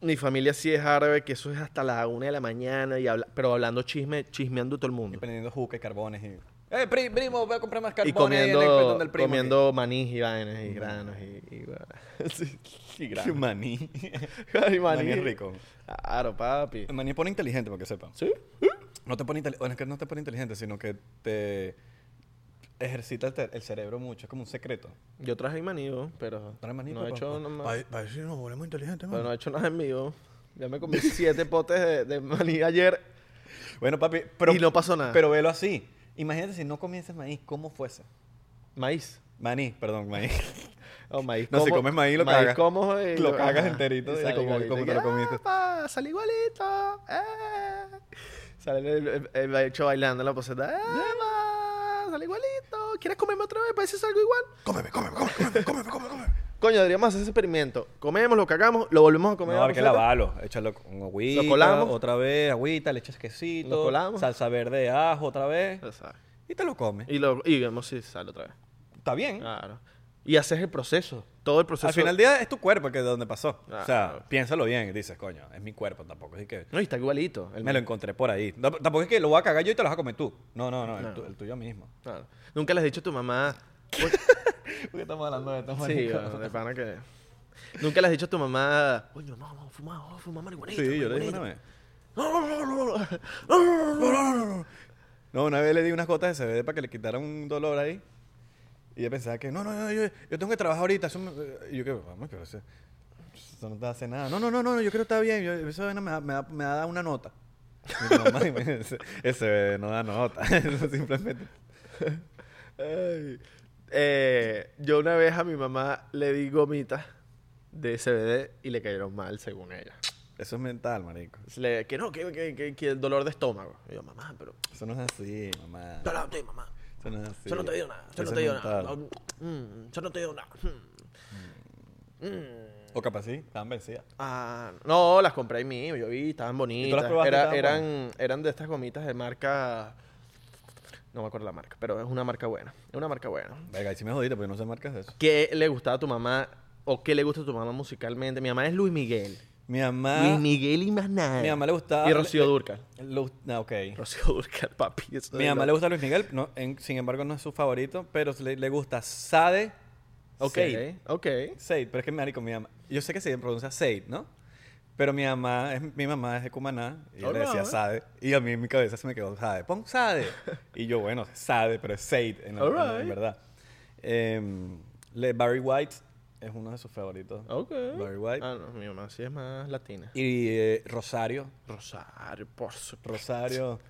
[SPEAKER 1] Mi familia sí es árabe, que eso es hasta las una de la mañana, y habla- pero hablando chisme, chismeando todo el mundo.
[SPEAKER 2] Y prendiendo juca y carbones. Y, eh, pri- primo, voy a comprar más
[SPEAKER 1] y
[SPEAKER 2] carbones. ahí en el
[SPEAKER 1] comiendo,
[SPEAKER 2] cuentón del primo.
[SPEAKER 1] comiendo maní y vainas y granos y, y, guara- <laughs> Sí, y
[SPEAKER 2] Qué
[SPEAKER 1] granos.
[SPEAKER 2] <laughs> maní.
[SPEAKER 1] <laughs> Ay, maní.
[SPEAKER 2] Maní es rico.
[SPEAKER 1] Claro, papi.
[SPEAKER 2] El maní pone inteligente, para que sepan.
[SPEAKER 1] ¿Sí?
[SPEAKER 2] No te pone inteligente, bueno, es que no te pone inteligente, sino que te ejercita el, te- el cerebro mucho, es como un secreto.
[SPEAKER 1] Yo traje maní, ¿no? pero
[SPEAKER 2] ¿Traes maní,
[SPEAKER 1] no he
[SPEAKER 2] papá?
[SPEAKER 1] hecho nada más-
[SPEAKER 5] Parece que nos volvemos inteligentes,
[SPEAKER 1] pero no he hecho nada en vivo. Ya me comí siete potes de, de maní ayer.
[SPEAKER 2] Bueno, papi, pero
[SPEAKER 1] Y no pasó nada.
[SPEAKER 2] Pero velo así. Imagínate si no comieses maíz, ¿cómo fuese?
[SPEAKER 1] Maíz.
[SPEAKER 2] Maní, perdón, <laughs> maíz.
[SPEAKER 1] Oh, maíz
[SPEAKER 2] No, si
[SPEAKER 1] como-
[SPEAKER 2] comes maíz, lo cagas.
[SPEAKER 1] como y
[SPEAKER 2] Lo cagas
[SPEAKER 1] ajá,
[SPEAKER 2] enterito,
[SPEAKER 1] y
[SPEAKER 2] y
[SPEAKER 1] sale
[SPEAKER 2] como-
[SPEAKER 1] igualito,
[SPEAKER 2] como
[SPEAKER 1] y
[SPEAKER 2] te
[SPEAKER 1] que,
[SPEAKER 2] lo comiste.
[SPEAKER 1] "Ah, pa, sale igualito. eh". Sale el, el, el bicho bailando en la poseta. "Eh, pa, sale igualito. ¿Quieres comerme otra vez? Parece algo igual.
[SPEAKER 5] Cómeme, cómeme, cómeme, cómeme, cómeme, cómeme, cómeme.
[SPEAKER 1] coño, deberíamos hacer ese experimento. Comemos, lo cagamos, lo volvemos a comer.
[SPEAKER 2] No,
[SPEAKER 1] la
[SPEAKER 2] hay que
[SPEAKER 1] receta.
[SPEAKER 2] lavarlo. Échalo con agüita.
[SPEAKER 1] Lo colamos.
[SPEAKER 2] Otra vez, agüita, le echas quesito.
[SPEAKER 1] Lo colamos.
[SPEAKER 2] Salsa verde, ajo, otra vez.
[SPEAKER 1] Exacto.
[SPEAKER 2] Y te lo comes.
[SPEAKER 1] Y, lo, y vemos si sale otra vez.
[SPEAKER 2] Está bien.
[SPEAKER 1] Claro. Y haces el proceso. Todo el proceso.
[SPEAKER 2] Al final del día es tu cuerpo el que de donde pasó.
[SPEAKER 1] Ah,
[SPEAKER 2] o sea,
[SPEAKER 1] claro.
[SPEAKER 2] piénsalo bien. Dices, coño, es mi cuerpo tampoco. Así que
[SPEAKER 1] No, y está igualito. El-
[SPEAKER 2] me lo encontré por ahí. No, tampoco es que lo voy a cagar yo y te lo vas a comer tú. No, no, no, El, tu- el tuyo mismo.
[SPEAKER 1] Claro. Nunca le has dicho a tu mamá.
[SPEAKER 2] Porque estamos hablando de esto,
[SPEAKER 1] Sí, bueno, de pana que. Nunca le has dicho a tu mamá. Coño, no, no, fuma, oh, fuma marihuanita.
[SPEAKER 2] Sí, yo le dije
[SPEAKER 1] marihuanita".
[SPEAKER 2] una vez.
[SPEAKER 1] No, no, no, no, no, no, no, no, no, no, no.
[SPEAKER 2] No, una vez le di unas gotas de CBD para que le quitara un dolor ahí. Y ella pensaba que, no, no, no, yo, yo tengo que trabajar ahorita. eso me- Y yo que, vamos, pero eso, eso no te hace nada. No, no, no, no, yo creo que está bien. Yo, eso vaina me, da- me, da- me da una nota. Y yo, "Mamá, ese, <laughs> ese bebé no da nota. <laughs> Eso simplemente.
[SPEAKER 1] Ay. Eh, yo una vez a mi mamá le di gomitas de CBD y le cayeron mal, según ella.
[SPEAKER 2] Eso es mental, marico.
[SPEAKER 1] Le, que no, que, que, que, que el dolor de estómago. Y yo, mamá, pero.
[SPEAKER 2] Eso no es así, mamá.
[SPEAKER 1] Yo no estoy, mamá.
[SPEAKER 2] Eso no es así.
[SPEAKER 1] Yo no te digo nada. Yo no
[SPEAKER 2] Eso
[SPEAKER 1] te
[SPEAKER 2] es
[SPEAKER 1] digo nada.
[SPEAKER 2] mental.
[SPEAKER 1] No, mm, yo no te digo nada. Mm.
[SPEAKER 2] O capaz sí, estaban vencidas.
[SPEAKER 1] Ah, no, las compré ahí mismo, yo vi, estaban
[SPEAKER 2] ¿Y tú las
[SPEAKER 1] bonitas.
[SPEAKER 2] probaste y
[SPEAKER 1] Era-
[SPEAKER 2] estaban
[SPEAKER 1] eran, eran de estas gomitas de marca. No me acuerdo la marca, pero es una marca buena. Es una marca buena.
[SPEAKER 2] Venga, y si me jodiste, porque no se marcas eso.
[SPEAKER 1] ¿Qué le gustaba a tu mamá o qué le gusta a tu mamá musicalmente? Mi mamá es Luis Miguel.
[SPEAKER 2] Mi mamá.
[SPEAKER 1] Luis Miguel y más nada.
[SPEAKER 2] Ah. Mi mamá le gustaba.
[SPEAKER 1] Y Rocío Durcal.
[SPEAKER 2] Lu- ah, ok.
[SPEAKER 1] Rocío Durcal, papi. eso
[SPEAKER 2] Mi
[SPEAKER 1] es
[SPEAKER 2] mamá
[SPEAKER 1] lo-
[SPEAKER 2] le gusta Luis Miguel, no, en- sin embargo no es su favorito, pero le, le gusta Sade.
[SPEAKER 1] Ok,
[SPEAKER 2] Seid.
[SPEAKER 1] ok.
[SPEAKER 2] Seid, pero es que marico, mi mamá. Yo sé que se pronuncia Seid, ¿no? Pero mi mamá, es, mi mamá es de Cumaná y yo le
[SPEAKER 1] Alright.
[SPEAKER 2] decía Sade. Y a mí en mi cabeza se me quedó Sade. Pon
[SPEAKER 1] <laughs>
[SPEAKER 2] Sade. y yo, bueno, Sade, pero es Seid en, la- en la- en
[SPEAKER 1] Alright.
[SPEAKER 2] verdad. Em, le- Barry White es uno de sus favoritos.
[SPEAKER 1] Ok.
[SPEAKER 2] Barry White.
[SPEAKER 1] Ah, no, mi mamá sí es más latina.
[SPEAKER 2] Y eh, Rosario.
[SPEAKER 1] Rosario, por supuesto.
[SPEAKER 2] Rosario.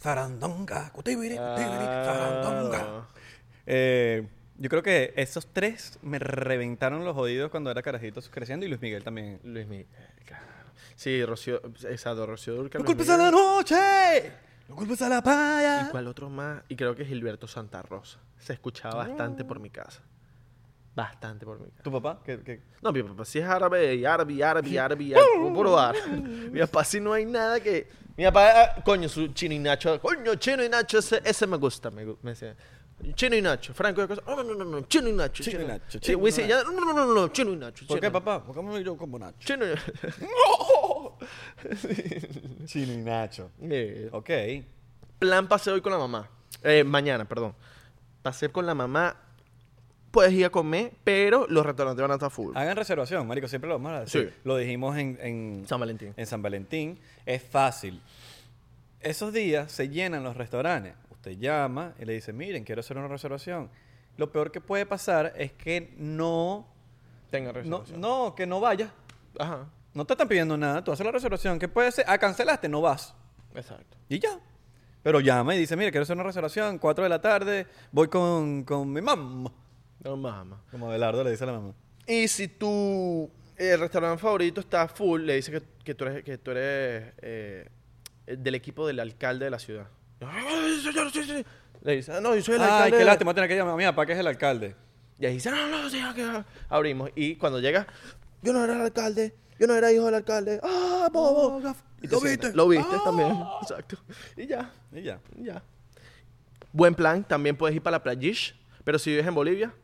[SPEAKER 5] Zarandonga, cutibiri, cutibiri, zarandonga.
[SPEAKER 1] Ah,
[SPEAKER 2] Eh, yo creo que esos tres me reventaron los oídos cuando era carajitos creciendo y Luis Miguel también.
[SPEAKER 1] Luis Miguel, claro. Sí, Rocío, exacto, Rocío Durcal.
[SPEAKER 2] ¡No
[SPEAKER 1] Luis
[SPEAKER 2] culpes a
[SPEAKER 1] Miguel.
[SPEAKER 2] la noche! ¡No culpes a la paya!
[SPEAKER 1] ¿Y cuál otro más? Y creo que es Gilberto Santa Rosa. Se
[SPEAKER 2] Ah.
[SPEAKER 1] escuchaba bastante por mi casa. Bastante por mi casa.
[SPEAKER 2] ¿Tu papá? ¿Qué, qué?
[SPEAKER 1] No, mi papá sí es árabe, y árabe, y árabe, y árabe, y árabe, puro
[SPEAKER 2] <laughs>
[SPEAKER 1] árabe. Mi papá sí no hay nada que... Mi papá, ah, coño, su chino y Nacho, coño, chino y Nacho, ese, ese me gusta, me, gu- me decía. Chino y Nacho, Franco de cosa, oh, no, no, no, no, chino y Nacho,
[SPEAKER 2] Chino y Nacho,
[SPEAKER 1] Sí,
[SPEAKER 2] chino y
[SPEAKER 1] güey, sí, ya, no, no, no, no, no, chino y Nacho.
[SPEAKER 2] ¿Por qué,
[SPEAKER 1] chino.
[SPEAKER 2] papá? ¿Por qué me yo como <laughs> Nacho?
[SPEAKER 1] Chino y... <laughs>
[SPEAKER 2] Chino y Nacho.
[SPEAKER 1] Eh,
[SPEAKER 2] Ok.
[SPEAKER 1] plan paseo hoy con la mamá. Eh, mañana, perdón. Paseo con la mamá. Puedes ir a comer, pero los restaurantes van a estar full.
[SPEAKER 2] Hagan reservación, marico. Siempre lo vamos a decir.
[SPEAKER 1] Sí.
[SPEAKER 2] Lo dijimos en, en-
[SPEAKER 1] San Valentín.
[SPEAKER 2] en San Valentín. Es fácil. Esos días se llenan los restaurantes. Usted llama y le dice, miren, quiero hacer una reservación. Lo peor que puede pasar es que no
[SPEAKER 1] Tenga
[SPEAKER 2] No,
[SPEAKER 1] reservación.
[SPEAKER 2] no, que no vayas.
[SPEAKER 1] Ajá.
[SPEAKER 2] No te están pidiendo nada. Tú haces la reservación. ¿Qué puede ser? Ah, cancelaste, no vas.
[SPEAKER 1] Exacto.
[SPEAKER 2] Y ya. Pero llama y dice, mira, quiero hacer una reservación, 4 de la tarde, voy con, con mi mamá.
[SPEAKER 1] No mamá.
[SPEAKER 2] Como Abelardo le dice a la mamá.
[SPEAKER 1] Y si tu eh, restaurante favorito está full, le dices que, que tú eres, que tú eres eh, del equipo del alcalde de la ciudad. Ay, señor, sí, sí. Le dice, ah, no, yo soy el
[SPEAKER 2] Ay,
[SPEAKER 1] alcalde.
[SPEAKER 2] qué
[SPEAKER 1] de-
[SPEAKER 2] lástima tener que llamar a mi papá, que es el alcalde.
[SPEAKER 1] Y ahí dice, no, no, sí, ah, que- abrimos. Y cuando llega, yo no era el alcalde, yo no era hijo del alcalde. ¡Ah, bobo! Y te
[SPEAKER 5] ¿Lo
[SPEAKER 1] sientas.
[SPEAKER 5] viste? Ah.
[SPEAKER 1] Lo viste también. <laughs> Exacto. Y ya,
[SPEAKER 2] Y ya.
[SPEAKER 1] ya. Buen plan, también puedes ir para la playish, pero si vives en Bolivia,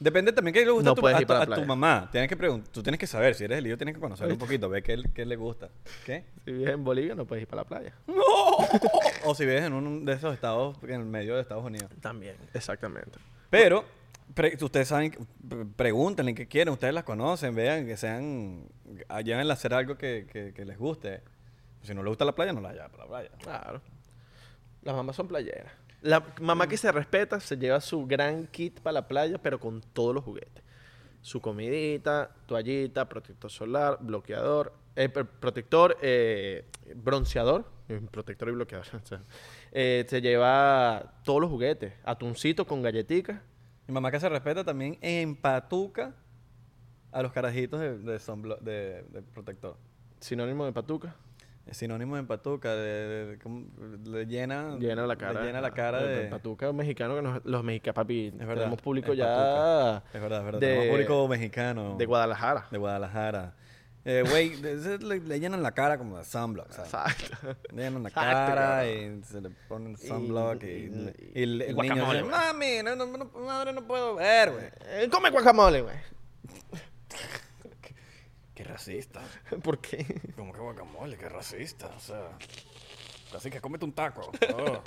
[SPEAKER 2] Depende también qué le gusta
[SPEAKER 1] No
[SPEAKER 2] a, tu,
[SPEAKER 1] puedes
[SPEAKER 2] a
[SPEAKER 1] ir
[SPEAKER 2] tu-
[SPEAKER 1] para la
[SPEAKER 2] a tu
[SPEAKER 1] playa.
[SPEAKER 2] mamá. Tienes que pregun- tú tienes que saber, si eres el lío, tienes que conocerlo un poquito, ver qué, qué le gusta. ¿Qué?
[SPEAKER 1] si vives en Bolivia no puedes ir para la playa.
[SPEAKER 2] O si vives en uno de esos estados, en el medio de Estados Unidos.
[SPEAKER 1] También, exactamente.
[SPEAKER 2] Pero pre- ustedes saben, que- pre- pregúntenle qué quieren, ustedes las conocen, vean que sean, a- llévenla a hacer algo que, que- que les guste. Si no les gusta la playa, no la llevan para la playa.
[SPEAKER 1] Claro. Las mamás son playeras. La
[SPEAKER 2] Mm.
[SPEAKER 1] mamá que se respeta se lleva su gran kit para la playa, pero con todos los juguetes. Su comidita, toallita, protector solar, bloqueador, eh, pr- protector, eh, bronceador, eh, protector y bloqueador. <laughs> o sea, eh, se lleva todos los juguetes, atuncito con galletitas.
[SPEAKER 2] Mi mamá que se respeta también empatuca a los carajitos de, de, sunblo- de- de protector.
[SPEAKER 1] Sinónimo de patuca.
[SPEAKER 2] Es sinónimo de patuca, de, de- ¿cómo? le llena,
[SPEAKER 1] Llena la cara.
[SPEAKER 2] Mm. Le llena la cara
[SPEAKER 1] El-
[SPEAKER 2] de...
[SPEAKER 1] el patuca mexicano que nos- los mexicanos, papi.
[SPEAKER 2] Es verdad.
[SPEAKER 1] Tenemos público
[SPEAKER 2] el
[SPEAKER 1] ya.
[SPEAKER 2] patuca. Es verdad, es verdad.
[SPEAKER 1] de-
[SPEAKER 2] Tenemos público mexicano.
[SPEAKER 1] De Guadalajara.
[SPEAKER 2] De Guadalajara. Eh, Güey, le, le- le llenan la cara como de sunblock, ¿sabes?
[SPEAKER 1] Exacto.
[SPEAKER 2] Le llenan la
[SPEAKER 1] Exacto,
[SPEAKER 2] cara
[SPEAKER 1] cabrón.
[SPEAKER 2] y se le ponen sunblock y,
[SPEAKER 1] y-
[SPEAKER 2] y-
[SPEAKER 1] y
[SPEAKER 2] y el, el niño
[SPEAKER 1] guacamole,
[SPEAKER 2] dice,
[SPEAKER 1] güey.
[SPEAKER 2] mami, no, no, no, madre, no puedo ver, güey.
[SPEAKER 1] Eh, come guacamole, güey.
[SPEAKER 5] Qué racista.
[SPEAKER 1] <laughs> ¿Por qué?
[SPEAKER 5] Como que guacamole, qué racista. O sea, casi que cómete un taco.
[SPEAKER 2] <laughs>
[SPEAKER 5] Oh.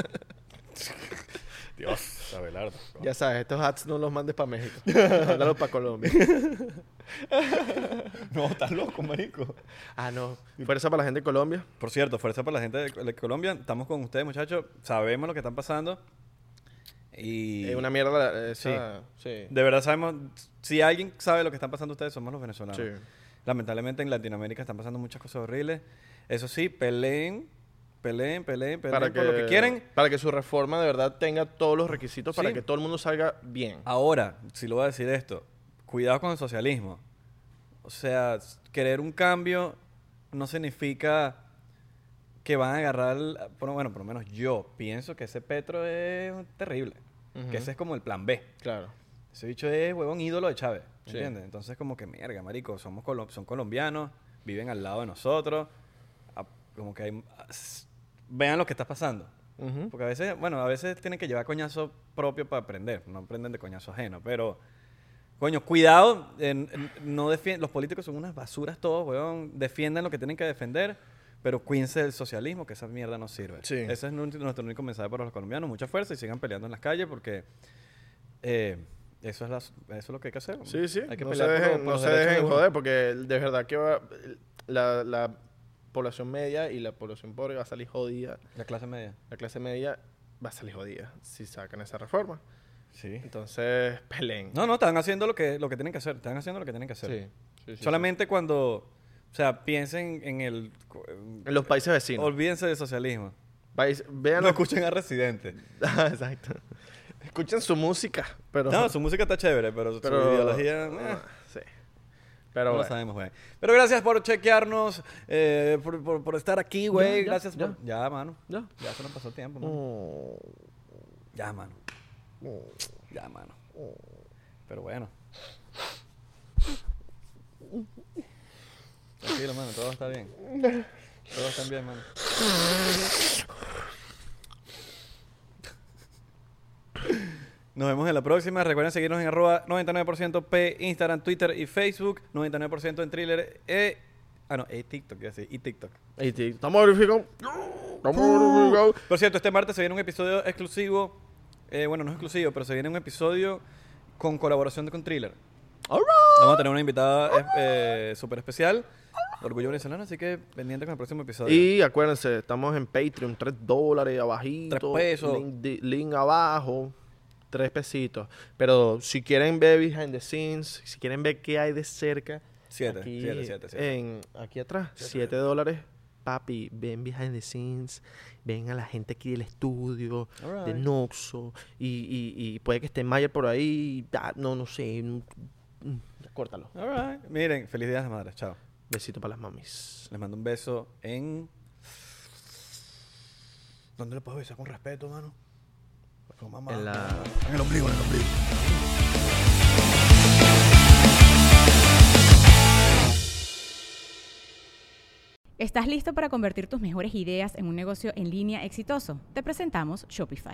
[SPEAKER 5] Dios, Abelardo.
[SPEAKER 1] Ya sabes, estos hats no los mandes para <laughs> México. Háblalos para Colombia.
[SPEAKER 2] No, estás loco, marico.
[SPEAKER 1] <laughs> Ah, no. Fuerza para la gente de Colombia.
[SPEAKER 2] Por cierto, fuerza para la gente de, de Colombia. Estamos con ustedes, muchachos. Sabemos lo que están pasando. Y
[SPEAKER 1] Es una mierda la- esa. Sí.
[SPEAKER 2] de verdad sabemos... Si alguien sabe lo que están pasando ustedes, somos los venezolanos.
[SPEAKER 1] Sí.
[SPEAKER 2] Lamentablemente en Latinoamérica están pasando muchas cosas horribles. Eso sí, peleen, peleen, peleen, peleen
[SPEAKER 1] Para que,
[SPEAKER 2] por lo que quieren.
[SPEAKER 1] para que su reforma de verdad tenga todos los requisitos para
[SPEAKER 2] Sí.
[SPEAKER 1] que todo el mundo salga bien.
[SPEAKER 2] Ahora, si lo voy a decir esto, cuidado con el socialismo. O sea, s- querer un cambio no significa que van a agarrar, el- por- bueno, por lo menos yo pienso que ese Petro es un terrible, que ese es como el plan B.
[SPEAKER 1] Claro.
[SPEAKER 2] Ese bicho es huevón ídolo de Chávez, ¿me
[SPEAKER 1] Sí.
[SPEAKER 2] ¿entiendes? Entonces como que mierda, marico, somos colo- son colombianos, viven al lado de nosotros, a- como que hay- s- vean lo que está pasando. Porque a veces, bueno, a veces tienen que llevar coñazo propio para aprender, no aprenden de coñazo ajeno, pero coño, cuidado, en- en- no defien- los políticos son unas basuras todos, huevón, defiendan lo que tienen que defender, pero cuídense del socialismo, que esa mierda no sirve.
[SPEAKER 1] Sí.
[SPEAKER 2] Ese es nu- nuestro único mensaje para los colombianos, mucha fuerza y sigan peleando en las calles porque eh, eso, es la- eso es lo que hay que hacer.
[SPEAKER 1] Sí, sí.
[SPEAKER 2] Hay que
[SPEAKER 1] no se
[SPEAKER 2] pelear por-
[SPEAKER 1] dejen,
[SPEAKER 2] por
[SPEAKER 1] no
[SPEAKER 2] los
[SPEAKER 1] se
[SPEAKER 2] derechos
[SPEAKER 1] dejen
[SPEAKER 2] de uno.
[SPEAKER 1] joder, porque de verdad que va, la, la población media y la población pobre va a salir jodida.
[SPEAKER 2] La clase media.
[SPEAKER 1] La clase media va a salir jodida si sacan esa reforma.
[SPEAKER 2] Sí.
[SPEAKER 1] Entonces, <laughs> peleen.
[SPEAKER 2] No, no, están haciendo lo que, lo que tienen que hacer, están haciendo lo que tienen que hacer.
[SPEAKER 1] Sí, sí, sí,
[SPEAKER 2] Solamente cuando, o sea, piensen en el...
[SPEAKER 1] sí. En los países vecinos.
[SPEAKER 2] Olvídense del socialismo.
[SPEAKER 1] País- vean <laughs>
[SPEAKER 2] No
[SPEAKER 1] los- Ah,
[SPEAKER 2] escuchen a Residente.
[SPEAKER 1] Exacto. Escuchen su música, pero...
[SPEAKER 2] No, su música está chévere, pero, su
[SPEAKER 1] pero Ah,
[SPEAKER 2] ideología... eh,
[SPEAKER 1] Sí. Pero
[SPEAKER 2] no lo
[SPEAKER 1] bueno.
[SPEAKER 2] sabemos, güey. Pero gracias por chequearnos, eh, por, por- por estar aquí,
[SPEAKER 1] ya,
[SPEAKER 2] güey. Gracias
[SPEAKER 1] ya.
[SPEAKER 2] por... Ya, mano.
[SPEAKER 1] Ya.
[SPEAKER 2] Ya se nos pasó el tiempo, mano.
[SPEAKER 1] Oh,
[SPEAKER 2] Ya, mano.
[SPEAKER 1] oh.
[SPEAKER 2] Ya, mano. Pero bueno. Tranquilo, mano. Todo está bien. Todo está bien, mano. Nos vemos en la próxima. Recuerden seguirnos en arroba 99% P, Instagram, Twitter y Facebook. 99% en Thriller e... Ah, no, e TikTok, ya sí. Y TikTok.
[SPEAKER 1] Y te- Estamos verificando. Mm. Estamos verificando.
[SPEAKER 2] Por cierto, este martes se viene un episodio exclusivo. eh, bueno, no es exclusivo, pero se viene un episodio con colaboración con Thriller. Vamos a tener una invitada eh, súper especial. Orgullo venezolano, así que pendiente con el próximo episodio.
[SPEAKER 1] Y acuérdense, estamos en Patreon, 3 dólares abajito.
[SPEAKER 2] Tres pesos.
[SPEAKER 1] Link, di- link abajo, 3 pesitos. Pero si quieren ver behind the scenes, si quieren ver qué hay de cerca.
[SPEAKER 2] Siete,
[SPEAKER 1] aquí,
[SPEAKER 2] siete, siete, siete.
[SPEAKER 1] en- aquí atrás, 7 dólares. Papi, ven behind the scenes, ven a la gente aquí del estudio, de
[SPEAKER 2] Alright.
[SPEAKER 1] Noxo, y, y- y puede que esté Mayer por ahí, y ta- no, no sé, mm, mm, córtalo.
[SPEAKER 2] All right. Miren, feliz día de las madres. Chao.
[SPEAKER 1] Besito para las mamis.
[SPEAKER 2] Les mando un beso en...
[SPEAKER 5] ¿Dónde le puedo besar con respeto, mano? Con mamá.
[SPEAKER 1] En la...
[SPEAKER 5] En el ombligo, en el ombligo.
[SPEAKER 6] ¿Estás listo para convertir tus mejores ideas en un negocio en línea exitoso? Te presentamos Shopify.